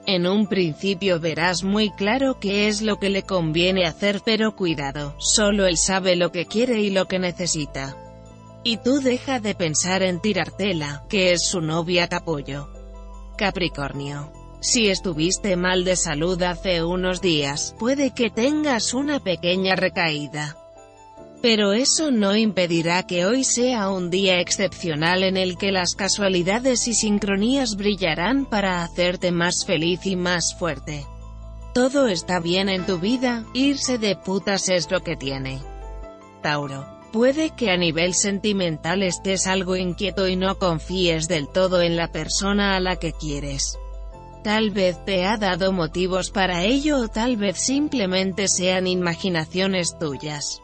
Speaker 4: En un principio verás muy claro qué es lo que le conviene hacer pero cuidado, solo él sabe lo que quiere y lo que necesita. Y tú deja de pensar en tirartela, que es su novia capullo. Capricornio. Si estuviste mal de salud hace unos días, puede que tengas una pequeña recaída. Pero eso no impedirá que hoy sea un día excepcional en el que las casualidades y sincronías brillarán para hacerte más feliz y más fuerte. Todo está bien en tu vida, irse de putas es lo que tiene. Tauro. Puede que a nivel sentimental estés algo inquieto y no confíes del todo en la persona a la que quieres. Tal vez te ha dado motivos para ello o tal vez simplemente sean imaginaciones tuyas.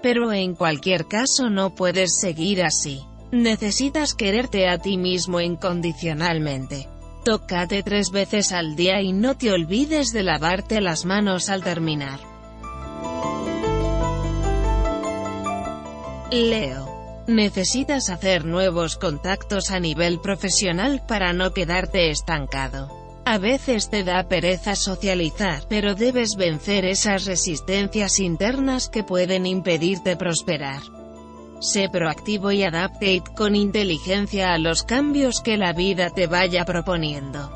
Speaker 4: Pero en cualquier caso no puedes seguir así. Necesitas quererte a ti mismo incondicionalmente. Tócate tres veces al día y no te olvides de lavarte las manos al terminar. Leo. Necesitas hacer nuevos contactos a nivel profesional para no quedarte estancado. A veces te da pereza socializar, pero debes vencer esas resistencias internas que pueden impedirte prosperar. Sé proactivo y adaptate con inteligencia a los cambios que la vida te vaya proponiendo.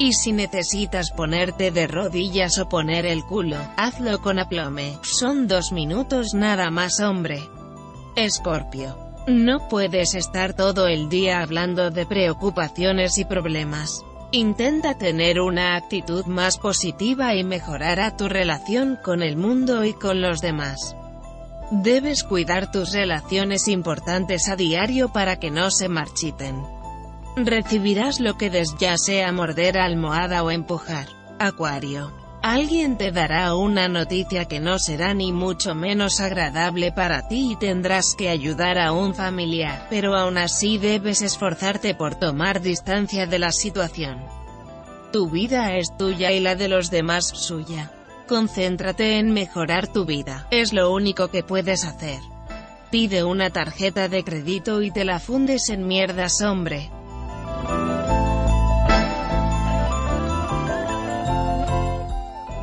Speaker 4: Y si necesitas ponerte de rodillas o poner el culo, hazlo con aplome. Son dos minutos nada más, hombre. Escorpio. No puedes estar todo el día hablando de preocupaciones y problemas. Intenta tener una actitud más positiva y mejorará tu relación con el mundo y con los demás. Debes cuidar tus relaciones importantes a diario para que no se marchiten. Recibirás lo que des ya sea morder almohada o empujar. Acuario. Alguien te dará una noticia que no será ni mucho menos agradable para ti y tendrás que ayudar a un familiar, pero aún así debes esforzarte por tomar distancia de la situación. Tu vida es tuya y la de los demás suya. Concéntrate en mejorar tu vida, es lo único que puedes hacer. Pide una tarjeta de crédito y te la fundes en mierdas, hombre.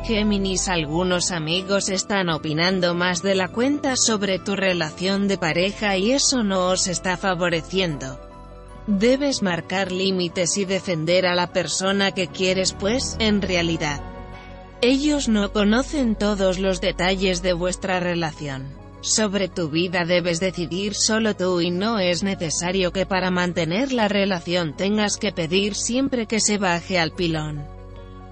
Speaker 4: Géminis algunos amigos están opinando más de la cuenta sobre tu relación de pareja y eso no os está favoreciendo. Debes marcar límites y defender a la persona que quieres pues, en realidad. Ellos no conocen todos los detalles de vuestra relación. Sobre tu vida debes decidir solo tú y no es necesario que para mantener la relación tengas que pedir siempre que se baje al pilón.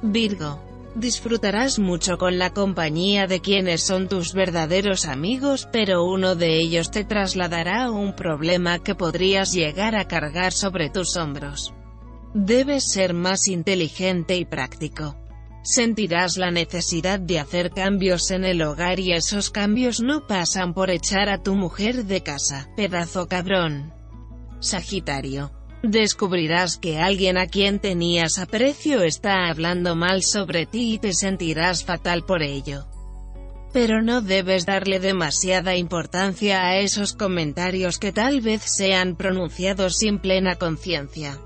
Speaker 4: Virgo, Disfrutarás mucho con la compañía de quienes son tus verdaderos amigos, pero uno de ellos te trasladará a un problema que podrías llegar a cargar sobre tus hombros. Debes ser más inteligente y práctico. Sentirás la necesidad de hacer cambios en el hogar y esos cambios no pasan por echar a tu mujer de casa, pedazo cabrón. Sagitario. Descubrirás que alguien a quien tenías aprecio está hablando mal sobre ti y te sentirás fatal por ello. Pero no debes darle demasiada importancia a esos comentarios que tal vez sean pronunciados sin plena conciencia.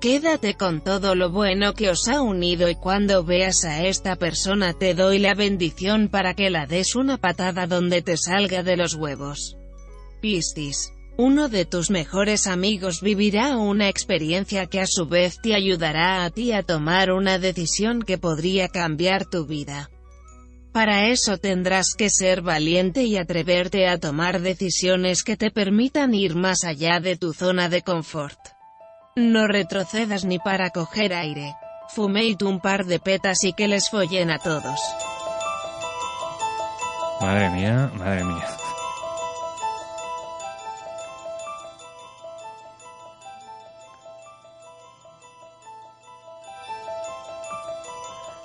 Speaker 4: Quédate con todo lo bueno que os ha unido y cuando veas a esta persona te doy la bendición para que la des una patada donde te salga de los huevos. Piscis. Uno de tus mejores amigos vivirá una experiencia que a su vez te ayudará a ti a tomar una decisión que podría cambiar tu vida. Para eso tendrás que ser valiente y atreverte a tomar decisiones que te permitan ir más allá de tu zona de confort. No retrocedas ni para coger aire. Fumate un par de petas y que les follen a todos.
Speaker 1: Madre mía, madre mía.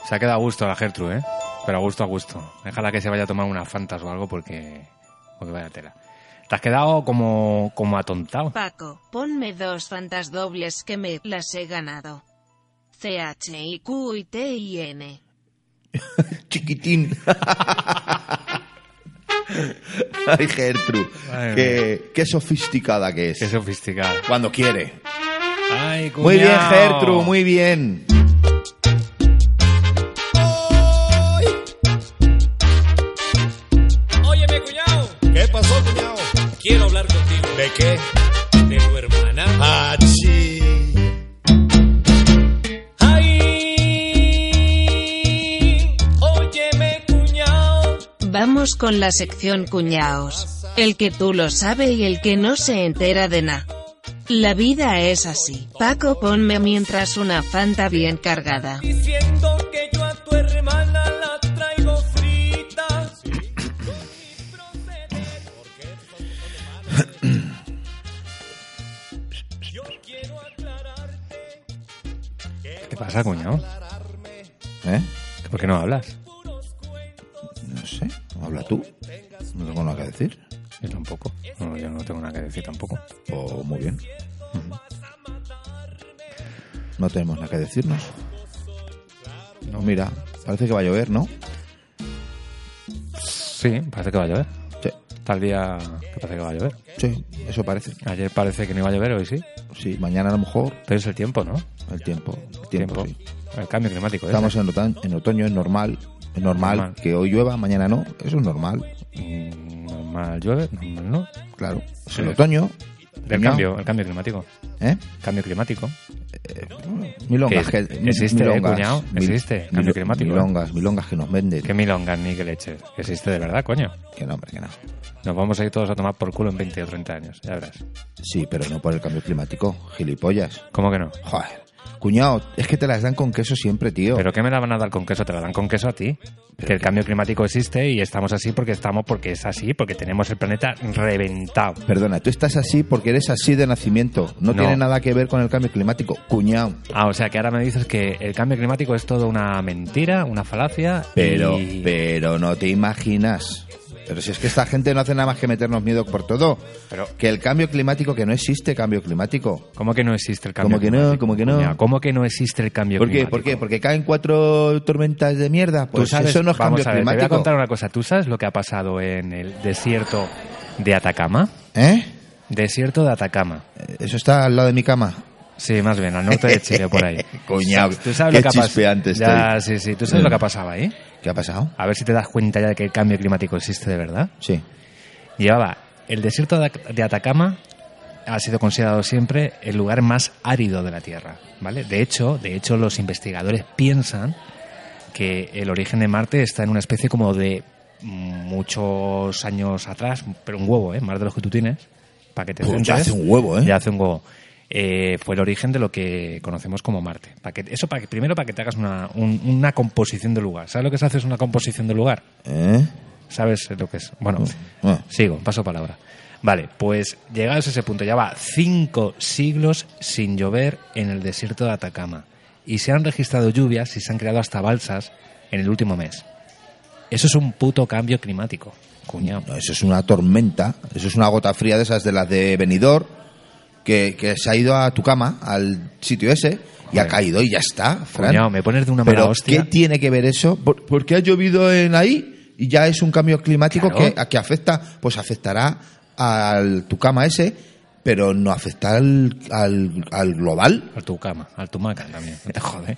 Speaker 1: Se ha quedado a gusto la Gertrude, ¿eh? Pero a gusto, a gusto. Déjala que se vaya a tomar unas fantas o algo porque... Porque vaya tela. Te has quedado como, como atontado.
Speaker 4: Paco, ponme dos fantas dobles que me las he ganado. C H I Q I T I N.
Speaker 2: Chiquitín. Ay, Gertrude.
Speaker 1: Madre
Speaker 2: Qué, qué sofisticada que es.
Speaker 1: Qué sofisticado.
Speaker 2: Cuando quiere.
Speaker 1: Ay,
Speaker 2: Muy bien,
Speaker 1: cuñao.
Speaker 2: Gertrude, muy bien.
Speaker 6: Óyeme, cuñado,
Speaker 5: ¿Qué pasó, cuñado?
Speaker 6: quiero hablar contigo
Speaker 5: ¿De qué? Ah.
Speaker 6: de tu hermana.
Speaker 5: Achi.
Speaker 6: Ay, óyeme, cuñado.
Speaker 4: Vamos con la sección cuñaos. El que tú lo sabe y el que no se entera de nada. La vida es así. Paco, ponme mientras una fanta bien cargada.
Speaker 6: Diciendo que yo a tu hermana la traigo frita.
Speaker 1: ¿Qué pasa, cuñado?
Speaker 2: ¿Eh?
Speaker 1: ¿Por qué no hablas?
Speaker 2: No sé, habla tú. No tengo nada que decir.
Speaker 1: Yo tampoco. No, yo no tengo nada que decir tampoco.
Speaker 2: Oh, muy bien. Ujú. No tenemos nada que decirnos. No, mira, parece que va a llover, ¿no?
Speaker 1: Sí, parece que va a llover.
Speaker 2: Sí,
Speaker 1: Tal día que parece que va a llover.
Speaker 2: sí, eso parece.
Speaker 1: Ayer parece que no iba a llover, hoy sí.
Speaker 2: Sí, mañana a lo mejor
Speaker 1: Pero es el tiempo, ¿no?
Speaker 2: el tiempo. El tiempo, sí.
Speaker 1: El cambio climático. ¿eh?
Speaker 2: Estamos en, otan- en otoño, es normal. Es normal,
Speaker 1: Normal.
Speaker 2: que hoy llueva, mañana no. Eso es normal,
Speaker 1: Mm, Normal llueve, normal no.
Speaker 2: claro. Es el
Speaker 1: Sí.
Speaker 2: otoño.
Speaker 1: Del
Speaker 2: ¿no?
Speaker 1: cambio, el cambio climático.
Speaker 2: ¿Eh?
Speaker 1: Cambio climático.
Speaker 2: Milongas.
Speaker 1: Que
Speaker 2: que-
Speaker 1: existe, eh,
Speaker 2: milongas,
Speaker 1: cuñao,
Speaker 2: mil-
Speaker 1: existe,
Speaker 2: mil-
Speaker 1: cambio climático, eh.
Speaker 2: Milongas, milongas que nos venden.
Speaker 1: Qué milongas ni qué leches. Existe de verdad, coño.
Speaker 2: Que no, hombre, que no.
Speaker 1: Nos vamos a ir todos a tomar por culo en 20 o 30 años, ya verás.
Speaker 2: Sí, pero no por el cambio climático, gilipollas.
Speaker 1: ¿Cómo que no?
Speaker 2: Joder. Cuñado, es que te las dan con queso siempre, tío.
Speaker 1: ¿Pero qué me la van a dar con queso? Te la dan con queso a ti. Que el cambio climático existe y estamos así porque estamos, porque es así, porque tenemos el planeta reventado.
Speaker 2: Perdona, tú estás así porque eres así de nacimiento. No,
Speaker 1: No.
Speaker 2: tiene nada que ver con el cambio climático, cuñado.
Speaker 1: Ah, o sea que ahora me dices que el cambio climático es todo una mentira, una falacia.
Speaker 2: Pero,
Speaker 1: y-
Speaker 2: pero no te imaginas. Pero si es que esta gente no hace nada más que meternos miedo por todo.
Speaker 1: Pero-
Speaker 2: Que el cambio climático, que no existe cambio climático.
Speaker 1: ¿Cómo que no existe el cambio
Speaker 2: ¿Cómo que no?
Speaker 1: climático?
Speaker 2: ¿Cómo que no?
Speaker 1: Coño, ¿Cómo que no existe el cambio
Speaker 2: ¿Por qué?
Speaker 1: climático?
Speaker 2: ¿Por qué? ¿Porque caen cuatro tormentas de mierda?
Speaker 1: Tú
Speaker 2: Pues
Speaker 1: sabes-
Speaker 2: eso no es cambio
Speaker 1: vamos a ver, Te voy a
Speaker 2: climático.
Speaker 1: contar una cosa. ¿Tú sabes lo que ha pasado en el desierto de Atacama?
Speaker 2: ¿Eh?
Speaker 1: Desierto de Atacama.
Speaker 2: Eso está al lado de mi cama.
Speaker 1: Sí, más bien, al norte de Chile, por ahí.
Speaker 2: Coñao,
Speaker 1: ¿Tú sabes
Speaker 2: qué
Speaker 1: lo que ha pas-
Speaker 2: chispeante estoy.
Speaker 1: Ya, sí, sí. ¿Tú sabes
Speaker 2: Mm.
Speaker 1: lo que ha pasado ahí?
Speaker 2: ¿Qué ha pasado?
Speaker 1: A ver si te das cuenta ya de que el cambio climático existe de verdad.
Speaker 2: Sí.
Speaker 1: Llevaba el desierto de Ac- de Atacama ha sido considerado siempre el lugar más árido de la Tierra, ¿vale? De hecho, de hecho los investigadores piensan que el origen de Marte está en una especie como de muchos años atrás, pero un huevo, ¿eh? Más de los que tú tienes, para que te
Speaker 2: Pues ya
Speaker 1: centres.
Speaker 2: hace un huevo, ¿eh?
Speaker 1: Ya hace un huevo. eh, fue el origen de lo que conocemos como Marte. Para que, eso para que, primero para que te hagas una, un- una composición de lugar. ¿Sabes lo que se hace es una composición de lugar?
Speaker 2: ¿Eh?
Speaker 1: ¿Sabes lo que es? Bueno,
Speaker 2: Ah.
Speaker 1: sigo, paso palabra. Vale, pues llegados a ese punto, ya va cinco siglos sin llover en el desierto de Atacama. Y se han registrado lluvias y se han creado hasta balsas en el último mes. Eso es un puto cambio climático, cuñado.
Speaker 2: No, eso es una tormenta, eso es una gota fría de esas de las de Benidorm que, que se ha ido a tu cama, al sitio ese, y ha
Speaker 1: Joder.
Speaker 2: caído y ya está, Fran.
Speaker 1: Cuñado, me pones de una mala
Speaker 2: Pero
Speaker 1: hostia.
Speaker 2: ¿qué tiene que ver eso? ¿Por, por qué ha llovido en ahí y ya es un cambio climático
Speaker 1: Claro.
Speaker 2: que, a que afecta? Pues afectará al tu cama ese, pero no afectará al, al, al global.
Speaker 1: Al tu cama, al tu maca también, no te jode.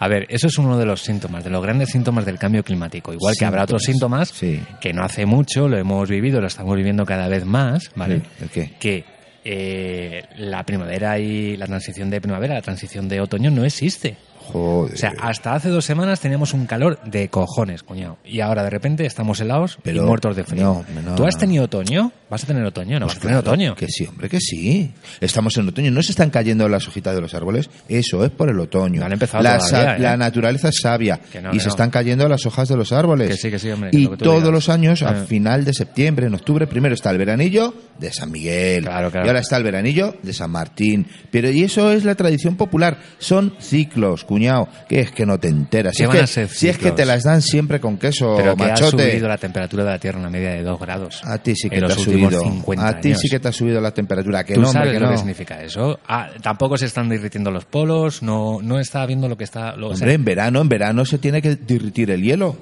Speaker 1: A ver, eso es uno de los síntomas, de los grandes síntomas del cambio climático. Igual que habrá otros
Speaker 2: Síntomas,
Speaker 1: síntomas
Speaker 2: sí.
Speaker 1: que no hace mucho, lo hemos vivido, lo estamos viviendo cada vez más, ¿vale?
Speaker 2: Sí, ¿el qué?
Speaker 1: Que eh, la primavera y la transición de primavera, la transición de otoño no existe.
Speaker 2: Joder.
Speaker 1: O sea, hasta hace dos semanas teníamos un calor de cojones, cuñado. Y ahora de repente estamos helados
Speaker 2: Pero-
Speaker 1: y muertos de frío.
Speaker 2: no, no,
Speaker 1: ¿Tú has
Speaker 2: no. Pues
Speaker 1: tenido otoño? ¿Vas a tener otoño? No, vas a tener
Speaker 2: Claro
Speaker 1: otoño.
Speaker 2: Que sí, hombre, que sí. Estamos en otoño. No se están cayendo las hojitas de los árboles. Eso es por el otoño.
Speaker 1: No han empezado
Speaker 2: la,
Speaker 1: todavía,
Speaker 2: sa-
Speaker 1: ¿eh?
Speaker 2: la naturaleza es sabia.
Speaker 1: Que no,
Speaker 2: y
Speaker 1: que
Speaker 2: se
Speaker 1: no.
Speaker 2: están cayendo las hojas de los árboles.
Speaker 1: Que sí, que sí, hombre, que
Speaker 2: Y
Speaker 1: lo que tú
Speaker 2: todos
Speaker 1: digas.
Speaker 2: los años,
Speaker 1: Eh.
Speaker 2: al final de septiembre, en octubre, primero está el veranillo de San Miguel.
Speaker 1: Claro, claro.
Speaker 2: Y ahora está el veranillo de San Martín. Pero y eso es la tradición popular. Son ciclos, cuñado. Que es que no te enteras. Si
Speaker 1: ¿Qué
Speaker 2: es
Speaker 1: van
Speaker 2: que,
Speaker 1: a ser
Speaker 2: si es que
Speaker 1: ciclos?
Speaker 2: te las dan siempre con queso,
Speaker 1: Pero que
Speaker 2: machote.
Speaker 1: ha subido la temperatura de la Tierra una media de 2 grados.
Speaker 2: A ti sí que
Speaker 1: en
Speaker 2: te
Speaker 1: los
Speaker 2: ha subido.
Speaker 1: últimos 50
Speaker 2: A ti
Speaker 1: años.
Speaker 2: sí que te ha subido la temperatura. Que
Speaker 1: ¿Tú
Speaker 2: no, hombre,
Speaker 1: sabes
Speaker 2: que
Speaker 1: lo
Speaker 2: no.
Speaker 1: que significa eso? Ah, tampoco se están derritiendo los polos, no, no está viendo lo que está... Lo, o sea,
Speaker 2: Hombre, en verano, en verano se tiene que derritir el hielo.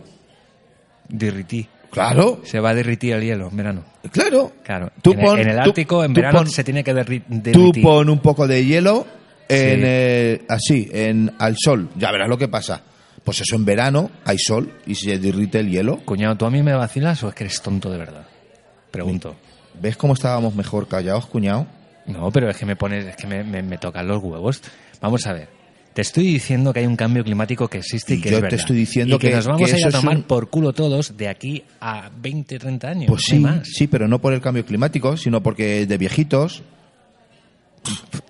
Speaker 1: derrití.
Speaker 2: Claro,
Speaker 1: Se va a derritir el hielo en verano.
Speaker 2: claro.
Speaker 1: Claro.
Speaker 2: Tú
Speaker 1: en, el-
Speaker 2: pon-
Speaker 1: en el
Speaker 2: tú-
Speaker 1: Ártico, en
Speaker 2: tú
Speaker 1: verano,
Speaker 2: pon-
Speaker 1: se tiene que derri-
Speaker 2: Tú
Speaker 1: derritir.
Speaker 2: pon un poco de hielo en,
Speaker 1: Sí.
Speaker 2: eh, así, en, al sol. Ya verás lo que pasa. Pues eso en verano hay sol y se derrite el hielo.
Speaker 1: Cuñado, ¿tú a mí me vacilas o es que eres tonto de verdad? Pregunto.
Speaker 2: ¿Ves cómo estábamos mejor callados, cuñado?
Speaker 1: No, pero es que me pones, es que me, me- me tocan los huevos. Vamos a ver. Te estoy diciendo que hay un cambio climático que existe y
Speaker 2: Y
Speaker 1: que
Speaker 2: yo
Speaker 1: es
Speaker 2: te
Speaker 1: verdad.
Speaker 2: estoy diciendo
Speaker 1: Y que,
Speaker 2: que-
Speaker 1: nos vamos
Speaker 2: que
Speaker 1: a ir
Speaker 2: eso
Speaker 1: a
Speaker 2: es
Speaker 1: tomar
Speaker 2: un-
Speaker 1: por culo todos de aquí a 20, 30 años.
Speaker 2: Pues
Speaker 1: no
Speaker 2: sí,
Speaker 1: más.
Speaker 2: sí, pero no por el cambio climático, sino porque de viejitos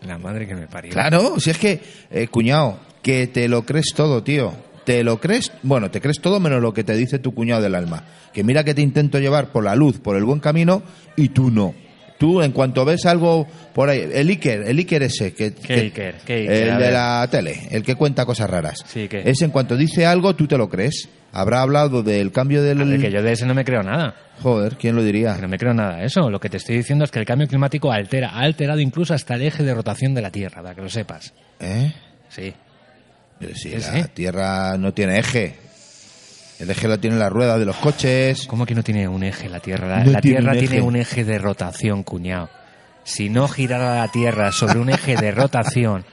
Speaker 1: La madre que me parió.
Speaker 2: Claro, si es que, eh, cuñado, que te lo crees todo, tío. Te lo crees, bueno, te crees todo menos lo que te dice tu cuñado del alma. Que mira que te intento llevar por la luz, por el buen camino, y tú no. Tú, en cuanto ves algo por ahí, el Iker, el Iker ese, que,
Speaker 1: ¿Qué
Speaker 2: que-
Speaker 1: Iker? ¿Qué Iker? A
Speaker 2: el de
Speaker 1: ver.
Speaker 2: la tele, el que cuenta cosas raras.
Speaker 1: Sí, ¿qué?
Speaker 2: Ese, en cuanto dice algo, tú te lo crees. Habrá hablado del cambio del...
Speaker 1: A ver, que yo de ese no me creo nada.
Speaker 2: Joder, ¿quién lo diría?
Speaker 1: Que no me creo nada de eso. Lo que te estoy diciendo es que el cambio climático altera, ha alterado incluso hasta el eje de rotación de la Tierra, para que lo sepas.
Speaker 2: ¿Eh?
Speaker 1: Sí.
Speaker 2: Pero si
Speaker 1: Sí,
Speaker 2: la
Speaker 1: sí.
Speaker 2: Tierra no tiene eje. El eje lo tienen las ruedas de los coches.
Speaker 1: ¿Cómo que no tiene un eje la Tierra? La,
Speaker 2: No
Speaker 1: la
Speaker 2: tiene
Speaker 1: Tierra
Speaker 2: un eje.
Speaker 1: tiene un eje de rotación, cuñado. Si no girara la Tierra sobre un eje de rotación,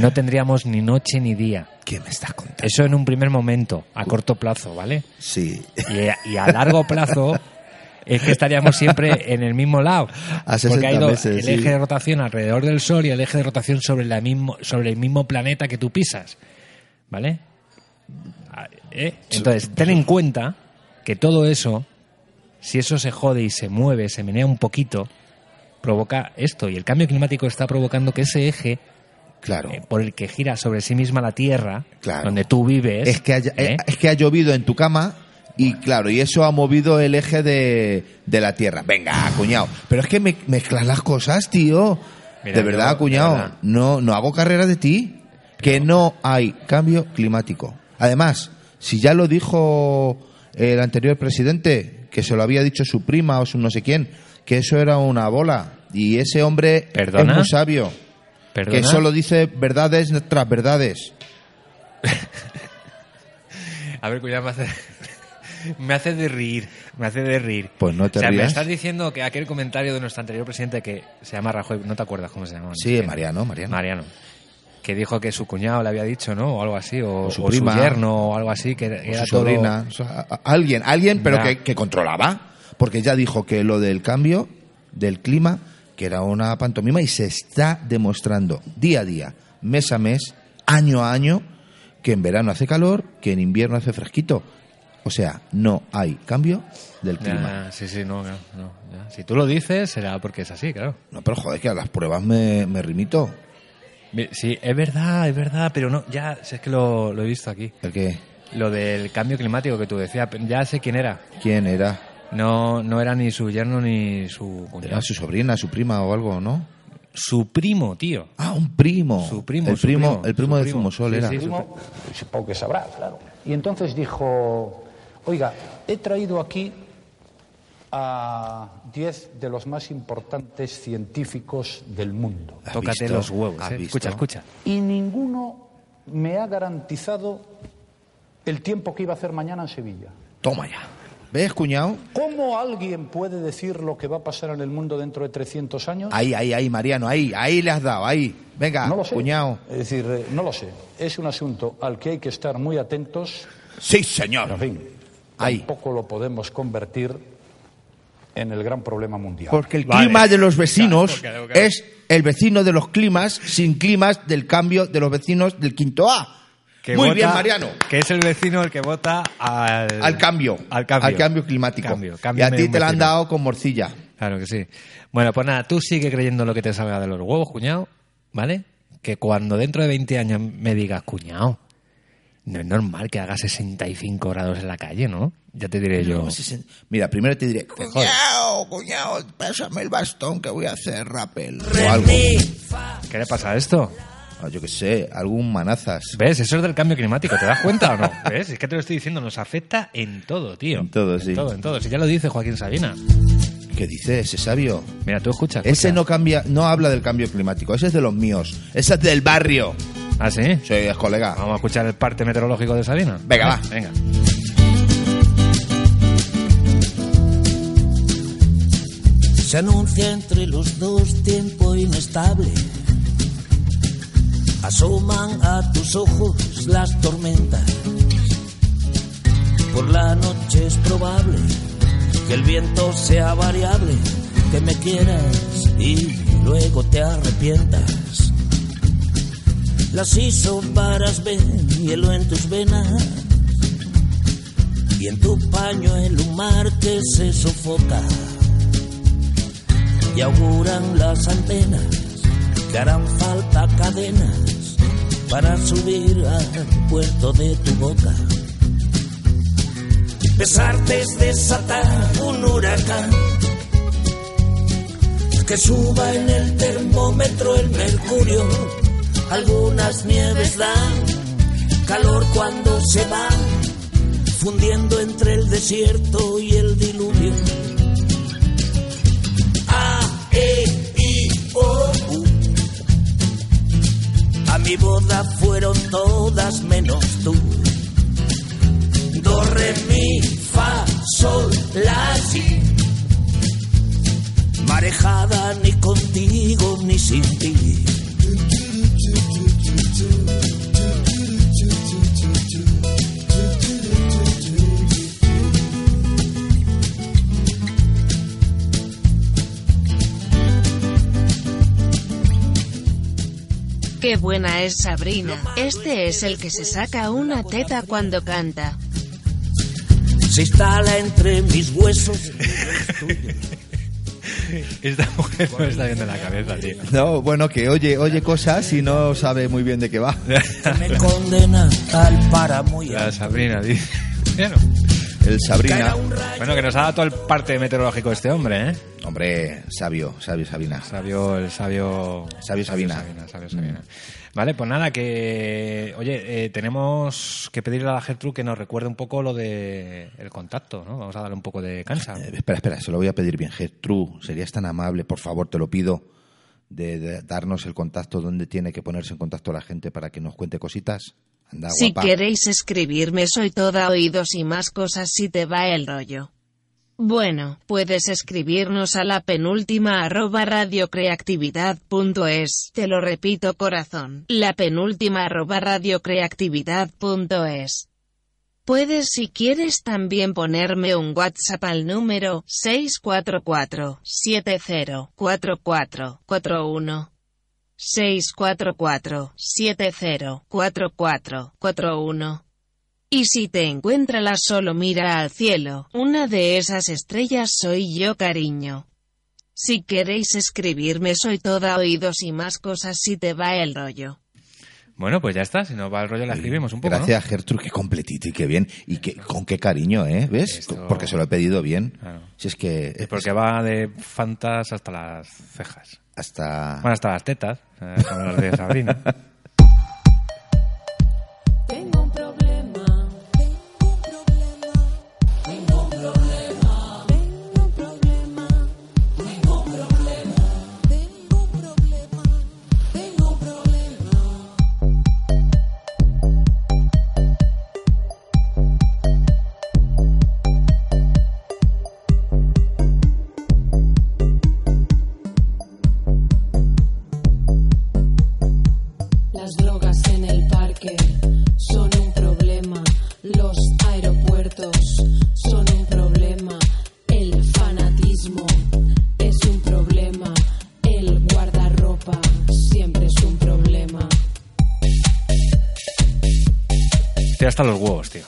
Speaker 1: no tendríamos ni noche ni día.
Speaker 2: ¿Qué me estás contando?
Speaker 1: Eso en un primer momento, a corto plazo, ¿vale?
Speaker 2: Sí.
Speaker 1: Y a, y a largo plazo es que estaríamos siempre en el mismo lado.
Speaker 2: A 60
Speaker 1: porque ha ido
Speaker 2: meses,
Speaker 1: el
Speaker 2: sí.
Speaker 1: eje de rotación alrededor del Sol y el eje de rotación sobre, la mismo, sobre el mismo planeta que tú pisas. ¿Vale? Ah, ¿eh? Entonces, ten en cuenta que todo eso, si eso se jode y se mueve, se menea un poquito, provoca esto. Y el cambio climático está provocando que ese eje
Speaker 2: Claro.
Speaker 1: eh, por el que gira sobre sí misma la Tierra,
Speaker 2: Claro.
Speaker 1: donde tú vives,
Speaker 2: Es que, haya-
Speaker 1: ¿eh?
Speaker 2: es que ha llovido en tu cama y claro, y eso ha movido el eje de, de la Tierra. Venga, cuñado. Pero es que me, mezclas las cosas, tío.
Speaker 1: Mira,
Speaker 2: de verdad,
Speaker 1: yo-
Speaker 2: cuñado.
Speaker 1: de verdad.
Speaker 2: No, no hago carrera de ti. Que no hay cambio climático. Además, si ya lo dijo el anterior presidente, que se lo había dicho su prima o su no sé quién, que eso era una bola. Y ese hombre
Speaker 1: ¿Perdona?
Speaker 2: es muy sabio.
Speaker 1: Perdona.
Speaker 2: Que solo dice verdades tras verdades.
Speaker 1: A ver, cuidado, me hace, me hace de reír, me hace de reír.
Speaker 2: Pues no te
Speaker 1: O sea, me
Speaker 2: rías.
Speaker 1: estás diciendo que aquel comentario de nuestro anterior presidente que se llama Rajoy, no te acuerdas cómo se llama.
Speaker 2: Sí,
Speaker 1: Entiendo.
Speaker 2: Mariano, Mariano.
Speaker 1: Mariano. Que dijo que su cuñado le había dicho, ¿no? O algo así, o,
Speaker 2: O su
Speaker 1: o
Speaker 2: prima.
Speaker 1: yerno, o algo así, que era,
Speaker 2: o
Speaker 1: era
Speaker 2: su sobrina, o sea, a- a- alguien, alguien, pero
Speaker 1: Ya.
Speaker 2: que, que controlaba, porque ya dijo que lo del cambio del clima, que era una pantomima, y se está demostrando día a día, mes a mes, año a año, que en verano hace calor, que en invierno hace fresquito. O sea, no hay cambio del clima.
Speaker 1: Ya, sí, sí, no, no, no, ya. Si tú lo dices, será porque es así, claro.
Speaker 2: No, pero joder, que a las pruebas me, me remito.
Speaker 1: Mi- Sí, es verdad, es verdad, pero no, ya, si es que lo, lo he visto aquí.
Speaker 2: ¿El qué?
Speaker 1: Lo del cambio climático que tú decías, pe- ya sé quién era.
Speaker 2: ¿Quién era?
Speaker 1: No, no era ni su yerno ni su cuñado.
Speaker 2: ¿Era su sobrina, su prima o algo, no?
Speaker 1: Su primo, tío.
Speaker 2: Ah, un primo.
Speaker 1: Su primo,
Speaker 2: El
Speaker 1: su
Speaker 2: primo,
Speaker 1: primo,
Speaker 2: el primo
Speaker 1: su
Speaker 2: de
Speaker 1: primo.
Speaker 2: Zumosol
Speaker 1: Sí,
Speaker 2: era.
Speaker 1: sí, su pri-
Speaker 7: supongo que sabrá, claro. Y entonces dijo, oiga, he traído aquí a 10 de los más importantes científicos del mundo.
Speaker 2: ¿Has
Speaker 1: Tócate
Speaker 2: visto?
Speaker 1: los huevos.
Speaker 2: ¿Has
Speaker 1: eh.
Speaker 2: visto?
Speaker 1: Escucha, escucha.
Speaker 7: Y ninguno me ha garantizado el tiempo que iba a hacer mañana en Sevilla.
Speaker 2: Toma ya. ¿Ves, cuñado?
Speaker 7: ¿Cómo alguien puede decir lo que va a pasar en el mundo dentro de 300 años?
Speaker 2: Ahí, ahí, ahí, Mariano, ahí, ahí le has dado, ahí. Venga,
Speaker 7: No lo sé.
Speaker 2: cuñado.
Speaker 7: Es decir, eh, no lo sé. Es un asunto al que hay que estar muy atentos.
Speaker 2: Sí,
Speaker 7: Pero, en
Speaker 2: señor.
Speaker 7: fin,
Speaker 2: Ahí.
Speaker 7: tampoco lo podemos convertir en el gran problema mundial.
Speaker 2: Porque el
Speaker 1: Vale.
Speaker 2: clima de los vecinos
Speaker 1: Claro, claro, claro.
Speaker 2: es el vecino de los climas sin climas del cambio de los vecinos del quinto A.
Speaker 1: Que
Speaker 2: Muy
Speaker 1: vota-
Speaker 2: bien, Mariano.
Speaker 1: Que es el vecino el que vota al,
Speaker 2: Al cambio,
Speaker 1: Al cambio.
Speaker 2: climático.
Speaker 1: Cambio,
Speaker 2: y
Speaker 1: cámbiame
Speaker 2: a ti
Speaker 1: un
Speaker 2: te la han
Speaker 1: vecino.
Speaker 2: dado con morcilla.
Speaker 1: Claro que sí. Bueno, pues nada, tú sigue creyendo lo que te salga de los huevos, cuñado, ¿vale? Que cuando dentro de 20 años me digas, cuñado, no es normal que haga 65 grados en la calle, ¿no? Ya te diré yo.
Speaker 2: No, pues ese sen- Mira, primero te diré,
Speaker 1: jodes.
Speaker 2: cuñado, cuñado, pásame el bastón que voy a hacer rappel. O algo.
Speaker 1: ¿Qué le pasa a esto?
Speaker 2: Ah, Yo qué sé, algún manazas.
Speaker 1: ¿Ves? Eso es del cambio climático, ¿te das cuenta o no? ¿Ves? Es que te lo estoy diciendo, nos afecta en todo, tío.
Speaker 2: En todo, sí.
Speaker 1: En todo, en todo. Si ya lo dice Joaquín Sabina.
Speaker 2: ¿Qué dice ese sabio?
Speaker 1: Mira, tú escuchas.
Speaker 2: Ese no cambia, no habla del cambio climático, ese es de los míos, ese es del barrio.
Speaker 1: ¿Ah, sí?
Speaker 2: Soy es colega.
Speaker 1: Vamos a escuchar el parte meteorológico de Sabina.
Speaker 2: Venga, va.
Speaker 1: Venga.
Speaker 8: Se anuncia entre los dos tiempo inestable. Asoman a tus ojos las tormentas. Por la noche es probable que el viento sea variable, que me quieras y luego te arrepientas. Las isobaras ven hielo en tus venas y en tu pañuelo un mar que se sofoca y auguran las antenas que harán falta cadenas para subir al puerto de tu boca. Besarte es desatar un huracán que suba en el termómetro el mercurio. Algunas nieves dan calor cuando se van, fundiendo entre el desierto y el diluvio. A, E, I, O, U. A mi boda fueron todas menos tú. Do, re, mi, fa, sol, la, si. Marejada ni contigo ni sin ti.
Speaker 4: Qué buena es Sabrina. Este es el que se saca una teta cuando canta.
Speaker 8: Se instala entre mis huesos.
Speaker 1: Esta mujer no está viendo la cabeza, tío.
Speaker 2: No, bueno, que oye, oye cosas y no sabe muy bien de qué va.
Speaker 8: que Me condena al páramo y
Speaker 1: La
Speaker 8: al-
Speaker 1: Sabrina, dice. Bueno,
Speaker 2: El Sabrina.
Speaker 1: Bueno, que nos ha dado todo el parte meteorológico este hombre, ¿eh?
Speaker 2: Hombre, sabio, sabio Sabina.
Speaker 1: Sabio, el sabio...
Speaker 2: Sabio Sabina.
Speaker 1: Sabina, sabio Sabina. Vale, pues nada, que... Oye, eh, tenemos que pedirle a la Gertrude que nos recuerde un poco lo de el contacto, ¿no? Vamos a darle un poco de cancha.
Speaker 2: Eh, espera, espera, se lo voy a pedir bien. Gertrude, ¿serías tan amable, por favor, te lo pido, de, de darnos el contacto donde tiene que ponerse en contacto la gente para que nos cuente cositas? Anda,
Speaker 4: Si
Speaker 2: guapa.
Speaker 4: queréis escribirme soy toda oídos y más cosas si te va el rollo. Bueno, puedes escribirnos a la penúltima arroba radiocreatividad.es. Te lo repito corazón, la penúltima arroba radiocreatividad.es. Puedes si quieres también ponerme un WhatsApp al número 644 704441. 644-704441. Y si te encuentras solo mira al cielo, una de esas estrellas soy yo cariño. Si queréis escribirme soy toda oídos y más cosas si te va el rollo.
Speaker 1: Bueno, pues ya está. Si nos va el rollo, la escribimos un poco. ¿no?
Speaker 2: eh, Gracias, Gertrude, qué completito y qué bien. Y que, con qué cariño, ¿eh? ¿Ves?
Speaker 1: Esto-
Speaker 2: Porque se lo he pedido bien.
Speaker 1: Claro.
Speaker 2: Si es que
Speaker 1: Y Porque va de fantas hasta las cejas.
Speaker 2: hasta...
Speaker 1: Bueno, hasta las tetas. eh, Como las de Sabrina.
Speaker 6: Tengo un problema. Tengo un problema. Tengo un problema. Tengo un problema. Tengo un problema. Tengo un problema. Tengo un problema. Las drogas en el parque son un problema. Los aeropuertos son un problema. El fanatismo es un problema. El guardarropa siempre es un problema.
Speaker 1: Estoy hasta los huevos, tío.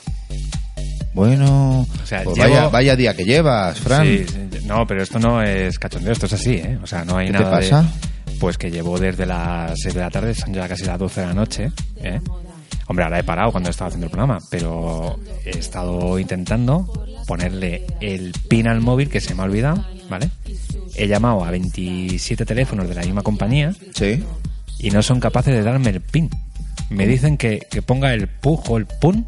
Speaker 2: Bueno,
Speaker 1: sea,
Speaker 2: pues
Speaker 1: llevo-
Speaker 2: vaya, vaya día que llevas, Fran.
Speaker 1: Sí, sí, no, pero esto no es cachondeo, esto es así, ¿eh? O sea, no hay
Speaker 2: ¿Qué te
Speaker 1: nada. de-
Speaker 2: pasa?
Speaker 1: pues que llevo desde las 6 de la tarde, son ya casi las 12 de la noche. ¿eh? Hombre, ahora he parado cuando estaba haciendo el programa, pero he estado intentando ponerle el pin al móvil que se me ha olvidado, ¿vale? He llamado a 27 teléfonos de la misma compañía
Speaker 2: Sí.
Speaker 1: y no son capaces de darme el pin. Me dicen que, que ponga el pujo, el pun,